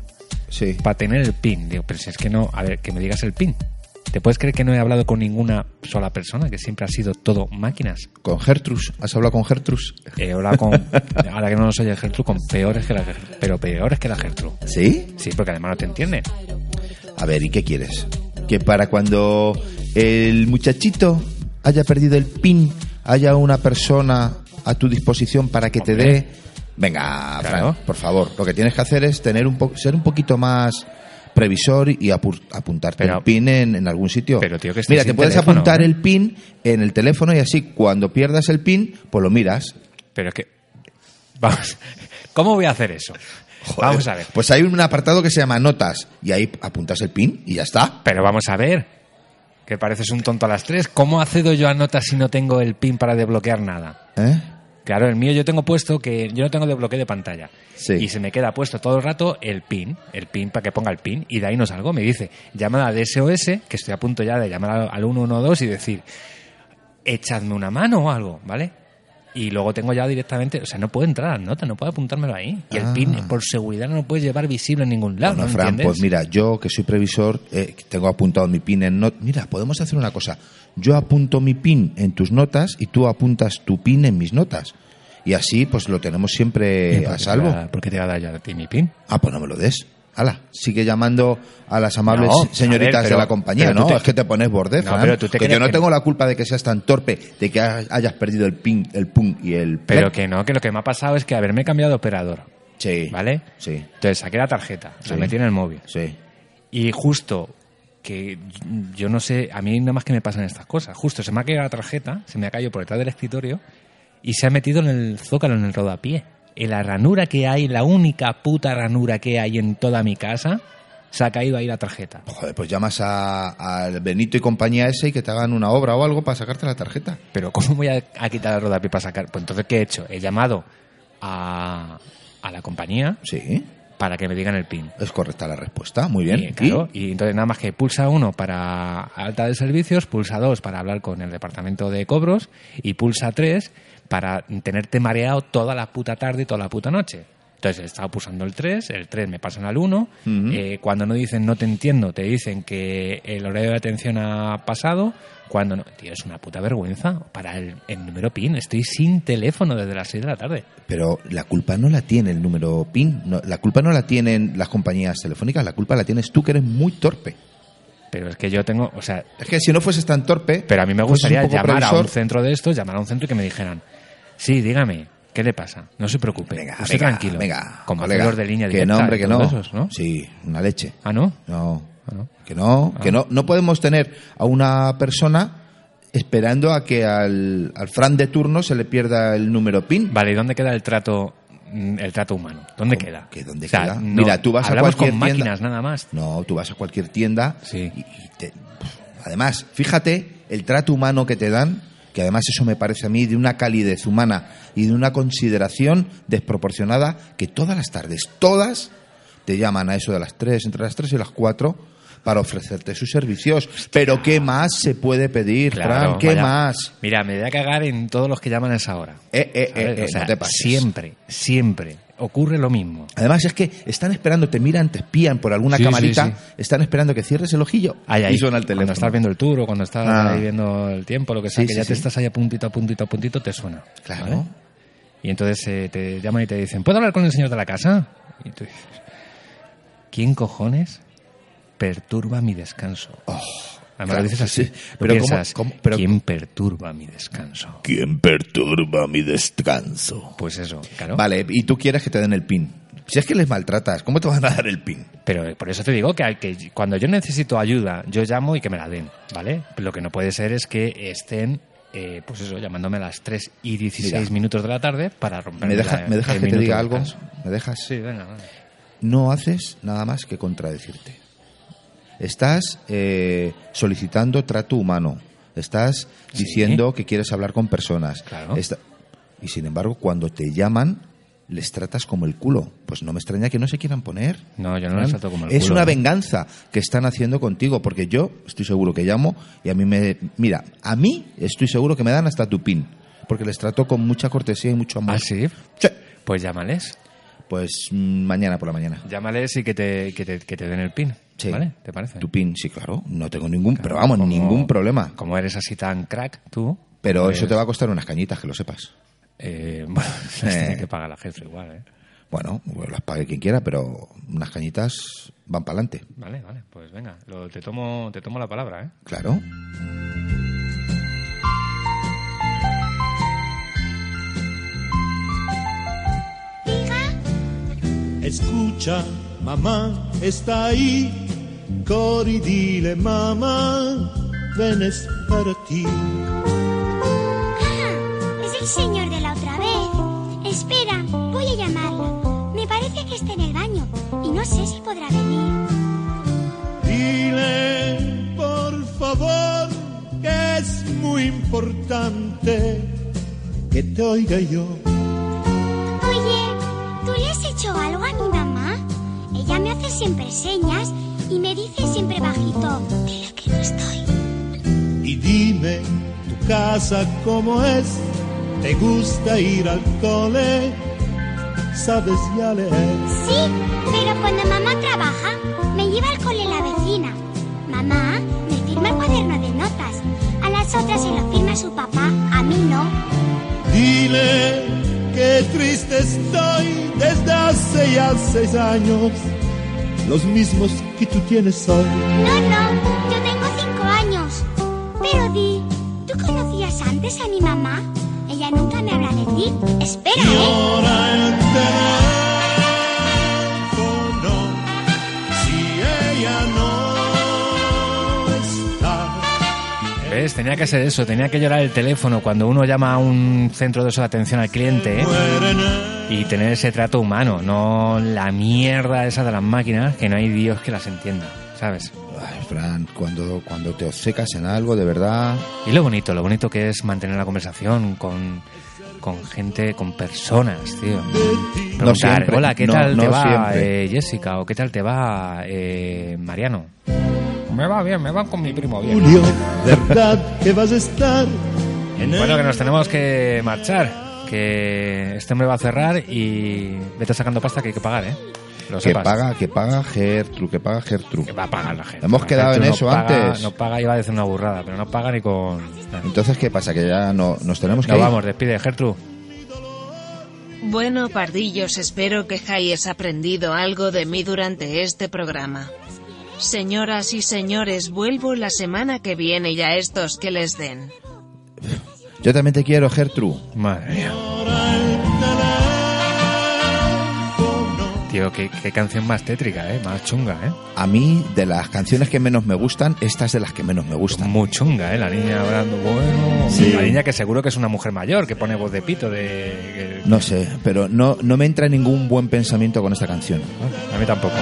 Speaker 2: Sí.
Speaker 1: para tener el pin. Digo, pero si es que no, a ver, que me digas el pin. ¿Te puedes creer que no he hablado con ninguna sola persona? Que siempre ha sido todo máquinas.
Speaker 2: Con Gertrus. ¿Has hablado con Gertrus?
Speaker 1: He hablado con, ahora que no nos oye Gertrude, con peores que la Gertrude. Pero peores que la Gertrude.
Speaker 2: ¿Sí?
Speaker 1: Sí, porque además no te entienden.
Speaker 2: A ver, ¿y qué quieres? Que para cuando el muchachito haya perdido el pin, haya una persona a tu disposición para que te
Speaker 1: Hombre.
Speaker 2: dé... Venga,
Speaker 1: Claro.
Speaker 2: Fran, por favor. Lo que tienes que hacer es tener un po- ser un poquito más previsor y apu- apuntarte
Speaker 1: Pero-
Speaker 2: el pin en, en algún sitio.
Speaker 1: Pero, tío, que estés
Speaker 2: Mira, te
Speaker 1: sin
Speaker 2: puedes
Speaker 1: teléfono,
Speaker 2: apuntar
Speaker 1: ¿eh?
Speaker 2: el pin en el teléfono y así cuando pierdas el pin, pues lo miras.
Speaker 1: Pero es que. Vamos. ¿Cómo voy a hacer eso?
Speaker 2: Joder,
Speaker 1: Vamos a ver.
Speaker 2: Pues hay un apartado que se llama notas y ahí apuntas el pin y ya está.
Speaker 1: Pero vamos a ver. Que pareces un tonto a las tres. ¿Cómo accedo yo a notas si no tengo el pin para desbloquear nada?
Speaker 2: ¿Eh?
Speaker 1: Claro, el mío yo tengo puesto que yo no tengo desbloqueo de pantalla.
Speaker 2: Sí.
Speaker 1: Y se me queda puesto todo el rato el pin, el pin para que ponga el pin. Y de ahí no salgo. Me dice llamada de SOS, que estoy a punto ya de llamar al- al 112 y decir, echadme una mano o algo, ¿vale? Y luego tengo ya directamente, o sea, no puedo entrar a las notas, no puedo apuntármelo ahí. Y el
Speaker 2: Ah.
Speaker 1: pin, por seguridad, no lo puedes llevar visible en ningún lado.
Speaker 2: Bueno,
Speaker 1: ¿no
Speaker 2: Fran,
Speaker 1: entiendes?
Speaker 2: pues mira, yo que soy previsor, eh, tengo apuntado mi pin en not. Mira, podemos hacer una cosa. Yo apunto mi pin en tus notas y tú apuntas tu pin en mis notas. Y así, pues lo tenemos siempre
Speaker 1: ¿Y por
Speaker 2: a
Speaker 1: qué te
Speaker 2: salvo.
Speaker 1: va- ¿Por qué te va a dar ya a ti mi pin?
Speaker 2: Ah, pues no me lo des. Hala, sigue llamando a las amables
Speaker 1: No,
Speaker 2: señoritas
Speaker 1: a ver, pero-
Speaker 2: de la compañía,
Speaker 1: pero tú
Speaker 2: ¿no?
Speaker 1: te-
Speaker 2: Es que te pones borde,
Speaker 1: No,
Speaker 2: Fran.
Speaker 1: pero tú te
Speaker 2: que
Speaker 1: crees
Speaker 2: yo no
Speaker 1: que-
Speaker 2: tengo la culpa de que seas tan torpe, de que ha- hayas perdido el pin, el pun y el plec.
Speaker 1: Pero que no, que lo que me ha pasado es que haberme cambiado de operador,
Speaker 2: Sí,
Speaker 1: ¿vale?
Speaker 2: sí,
Speaker 1: Entonces saqué la tarjeta,
Speaker 2: Sí.
Speaker 1: la metí en el móvil.
Speaker 2: sí.
Speaker 1: Y justo que yo no sé, a mí nada más que me pasan estas cosas. Justo se me ha caído la tarjeta, se me ha caído por detrás del escritorio y se ha metido en el zócalo, en el rodapié. En la ranura que hay, la única puta ranura que hay en toda mi casa, se ha caído ahí la tarjeta.
Speaker 2: Joder, pues llamas a- al Benito y compañía ese y que te hagan una obra o algo para sacarte la tarjeta.
Speaker 1: Pero ¿cómo voy a, a quitar el rodapié para sacar? Pues entonces, ¿qué he hecho? He llamado a, a la compañía
Speaker 2: Sí,
Speaker 1: para que me digan el PIN.
Speaker 2: es correcta la respuesta, muy bien.
Speaker 1: Y, claro, y entonces nada más que pulsa uno para alta de servicios, pulsa dos para hablar con el departamento de cobros y pulsa tres para tenerte mareado toda la puta tarde y toda la puta noche. Entonces he estado pulsando el 3, el 3 me pasan al 1,
Speaker 2: Ujú.
Speaker 1: eh, cuando no dicen no te entiendo, te dicen que el horario de atención ha pasado, cuando no, tío, es una puta vergüenza para el, el número PIN, estoy sin teléfono desde las 6 de la tarde.
Speaker 2: Pero la culpa no la tiene el número PIN, no- la culpa no la tienen las compañías telefónicas, la culpa la tienes tú que eres muy torpe.
Speaker 1: Pero es que yo tengo, o sea,
Speaker 2: Es que si no fueses tan torpe...
Speaker 1: Pero a mí me
Speaker 2: fueses Pues un
Speaker 1: gustaría
Speaker 2: poco
Speaker 1: llamar a
Speaker 2: previsor.
Speaker 1: un centro de estos, llamar a un centro y que me dijeran, sí, dígame, ¿qué le pasa? No se preocupe,
Speaker 2: Venga,
Speaker 1: usted
Speaker 2: venga,
Speaker 1: tranquilo.
Speaker 2: Venga,
Speaker 1: como
Speaker 2: colega,
Speaker 1: hacedor de línea
Speaker 2: Que
Speaker 1: directa
Speaker 2: no, hombre,
Speaker 1: y
Speaker 2: que no.
Speaker 1: todo esos, ¿no?
Speaker 2: Sí, una leche.
Speaker 1: Ah, ¿no?
Speaker 2: No,
Speaker 1: Ah, no.
Speaker 2: que no, que no. No podemos tener a una persona esperando a que al, al Fran de turno se le pierda el número PIN.
Speaker 1: Vale, ¿y dónde queda el trato mm, el trato humano? ¿Dónde
Speaker 2: ¿Cómo
Speaker 1: queda?
Speaker 2: que dónde
Speaker 1: O sea,
Speaker 2: queda?
Speaker 1: no-
Speaker 2: Mira, tú vas a
Speaker 1: hablamos
Speaker 2: cualquier
Speaker 1: con
Speaker 2: tienda-
Speaker 1: máquinas nada más.
Speaker 2: No, tú vas a cualquier tienda
Speaker 1: Sí.
Speaker 2: y, y te- pf, además, fíjate el trato humano que te dan, que además eso me parece a mí de una calidez humana y de una consideración desproporcionada que todas las tardes, todas te llaman a eso de las 3, entre las 3 y las 4 para ofrecerte sus servicios. Pero ¿qué más se puede pedir, Fran? ¿Qué
Speaker 1: vaya-
Speaker 2: más?
Speaker 1: Mira, me voy a cagar en todos los que llaman a esa hora.
Speaker 2: Eh, eh,
Speaker 1: ¿Sabes?
Speaker 2: eh, eh,
Speaker 1: O sea,
Speaker 2: no te pases.
Speaker 1: siempre, siempre ocurre lo mismo.
Speaker 2: Además es que están esperando, te miran, te espían por alguna
Speaker 1: Sí, sí,
Speaker 2: camarita,
Speaker 1: sí.
Speaker 2: están esperando que cierres el ojillo
Speaker 1: Ahí, ahí.
Speaker 2: y suena el
Speaker 1: Cuando
Speaker 2: teléfono.
Speaker 1: estás viendo el tour o cuando estás
Speaker 2: Ah.
Speaker 1: ahí viendo el tiempo, lo que sea,
Speaker 2: Sí,
Speaker 1: que
Speaker 2: sí,
Speaker 1: ya
Speaker 2: sí.
Speaker 1: te estás ahí a puntito, a puntito, a puntito, te suena.
Speaker 2: Claro.
Speaker 1: ¿vale? Y entonces eh, te llaman y te dicen, ¿puedo hablar con el señor de la casa? Y tú dices, ¿quién cojones perturba mi descanso? Además
Speaker 2: Oh, claro,
Speaker 1: lo dices
Speaker 2: sí,
Speaker 1: así.
Speaker 2: sí.
Speaker 1: Pero
Speaker 2: Pero ¿cómo-
Speaker 1: piensas,
Speaker 2: cómo- pero-
Speaker 1: ¿quién perturba mi descanso?
Speaker 2: ¿Quién perturba mi descanso?
Speaker 1: Pues eso, claro.
Speaker 2: Vale, y tú quieres que te den el pin. Si es que les maltratas, ¿cómo te van a dar el pin?
Speaker 1: Pero eh, por eso te digo que, hay que cuando yo necesito ayuda, yo llamo y que me la den, ¿vale? Lo que no puede ser es que estén, eh, pues eso, llamándome a las 3 y 16
Speaker 2: Mira.
Speaker 1: minutos de la tarde para romper
Speaker 2: ¿Me, deja- me dejas que te diga algo? ¿Me dejas?
Speaker 1: Sí, venga. va.
Speaker 2: No haces nada más que contradecirte. Estás eh, solicitando trato humano. Estás
Speaker 1: Sí.
Speaker 2: diciendo que quieres hablar con personas.
Speaker 1: Claro.
Speaker 2: Esta- y sin embargo, cuando te llaman, les tratas como el culo. Pues no me extraña que no se quieran poner.
Speaker 1: No, yo no les trato como el
Speaker 2: es
Speaker 1: culo,
Speaker 2: una
Speaker 1: ¿no?
Speaker 2: venganza que están haciendo contigo, porque yo estoy seguro que llamo y a mí me... Mira, a mí estoy seguro que me dan hasta tu pin, porque les trato con mucha cortesía y mucho amor.
Speaker 1: ¿Ah, sí?
Speaker 2: Sí.
Speaker 1: Pues llámales.
Speaker 2: Pues mm, mañana por la mañana.
Speaker 1: Llámales y que te, que te, que te den el pin.
Speaker 2: Sí.
Speaker 1: ¿Vale? ¿Te parece?
Speaker 2: Tu pin, sí, claro. No tengo ningún...
Speaker 1: Claro,
Speaker 2: pero vamos,
Speaker 1: como-
Speaker 2: ningún problema.
Speaker 1: Como eres así tan crack tú.
Speaker 2: Pero
Speaker 1: pues,
Speaker 2: eso te va a costar unas cañitas, que lo sepas.
Speaker 1: eh, bueno, las tiene que pagar la jefe igual, ¿eh?
Speaker 2: Bueno, pues las pague quien quiera, pero unas cañitas van para adelante.
Speaker 1: Vale, vale. Pues venga, lo- te, tomo, te tomo la palabra, ¿eh?
Speaker 2: Claro.
Speaker 9: Escucha, mamá está ahí. Cori, dile, mamá, ven es para ti.
Speaker 10: Ah, es el señor de la otra vez. Espera, voy a llamarla. Me parece que está en el baño y no sé si podrá venir.
Speaker 9: Dile, por favor, que es muy importante que te oiga yo.
Speaker 10: Oye, ¿tú le has hecho algo a mi mamá? Ella me hace siempre señas y me dice siempre bajito, dile que no estoy.
Speaker 9: Y dime, tu casa cómo es. ¿Te gusta ir al cole? ¿Sabes ya leer?
Speaker 10: Sí, pero cuando mamá trabaja, me lleva al cole la vecina. Mamá me firma el cuaderno de notas. A las otras se lo firma su papá, a mí no.
Speaker 9: Dile que triste estoy desde hace ya seis años, los mismos que tú tienes hoy.
Speaker 10: No, no, yo tengo cinco años. Pero di, ¿tú conocías antes a mi mamá? Ella nunca me habla de ti. Espera,
Speaker 9: Y
Speaker 10: ¿eh?
Speaker 9: ahora el teléfono, si ella no está.
Speaker 1: ¿Ves? Tenía que ser eso, tenía que llorar el teléfono cuando uno llama a un centro de eso de atención al cliente ¿eh? y tener ese trato humano, no la mierda esa de las máquinas que no hay Dios que las entienda, ¿sabes?
Speaker 2: Ay, Fran, cuando, cuando te obcecas en algo, de verdad...
Speaker 1: Y lo bonito, lo bonito que es mantener la conversación con, con gente, con personas, tío. Preguntar,
Speaker 2: No siempre,
Speaker 1: hola, ¿qué
Speaker 2: no-
Speaker 1: tal te
Speaker 2: no
Speaker 1: va
Speaker 2: siempre.
Speaker 1: eh, Jessica? ¿O qué tal te va eh, Mariano? Me va bien, me van con mi primo bien.
Speaker 9: Julio, ¿verdad que vas a estar en
Speaker 1: Bueno, que
Speaker 9: el
Speaker 1: nos tenemos que marchar. Que este hombre va a cerrar y vete sacando pasta que hay que pagar, ¿eh? Lo
Speaker 2: Que
Speaker 1: sepas.
Speaker 2: paga, que paga Gertrude, que paga Gertrude.
Speaker 1: Que va a pagar la gente.
Speaker 2: Hemos
Speaker 1: La
Speaker 2: quedado
Speaker 1: gente
Speaker 2: en
Speaker 1: no
Speaker 2: eso
Speaker 1: paga-
Speaker 2: antes.
Speaker 1: No paga, iba a decir una burrada, pero no paga ni con.
Speaker 2: Entonces, ¿qué pasa? ¿Que ya no, nos tenemos que
Speaker 1: No,
Speaker 2: ir?
Speaker 1: vamos, despide, Gertrude.
Speaker 4: Bueno, pardillos, espero que hayáis aprendido algo de mí durante este programa. Señoras y señores, vuelvo la semana que viene y a estos que les den.
Speaker 2: Yo también te quiero, Gertrude.
Speaker 1: Madre mía. Tío, tío, qué, qué canción más tétrica, ¿eh? Más chunga, ¿eh?
Speaker 2: A mí, de las canciones que menos me gustan, esta es de las que menos me gustan.
Speaker 1: Muy chunga, ¿eh? La niña hablando, bueno...
Speaker 2: Sí.
Speaker 1: La niña que seguro que es una mujer mayor, que pone voz de pito, de... que-
Speaker 2: No sé, pero no, no me entra ningún buen pensamiento con esta canción.
Speaker 1: A mí tampoco.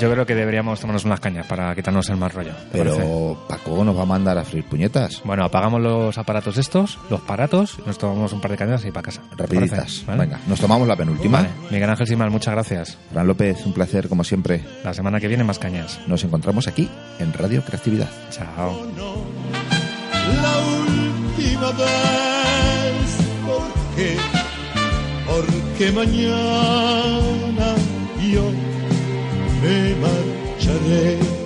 Speaker 1: Yo creo que deberíamos tomarnos unas cañas para quitarnos el mal rollo. ¿te parece?
Speaker 2: Pero Paco nos va a mandar a freír puñetas.
Speaker 1: Bueno, apagamos los aparatos estos, los paratos, y nos tomamos un par de cañas y para casa. ¿te
Speaker 2: Rapiditas.
Speaker 1: parece? ¿Vale?
Speaker 2: Venga, nos tomamos la penúltima.
Speaker 1: Vale. Miguel Ángel Simal, muchas gracias.
Speaker 2: Fran López, un placer como siempre.
Speaker 1: La semana que viene más cañas.
Speaker 2: Nos encontramos aquí en Radio Creatividad.
Speaker 1: Chao.
Speaker 9: la última vez. ¿Por qué? Porque mañana yo me marcharé.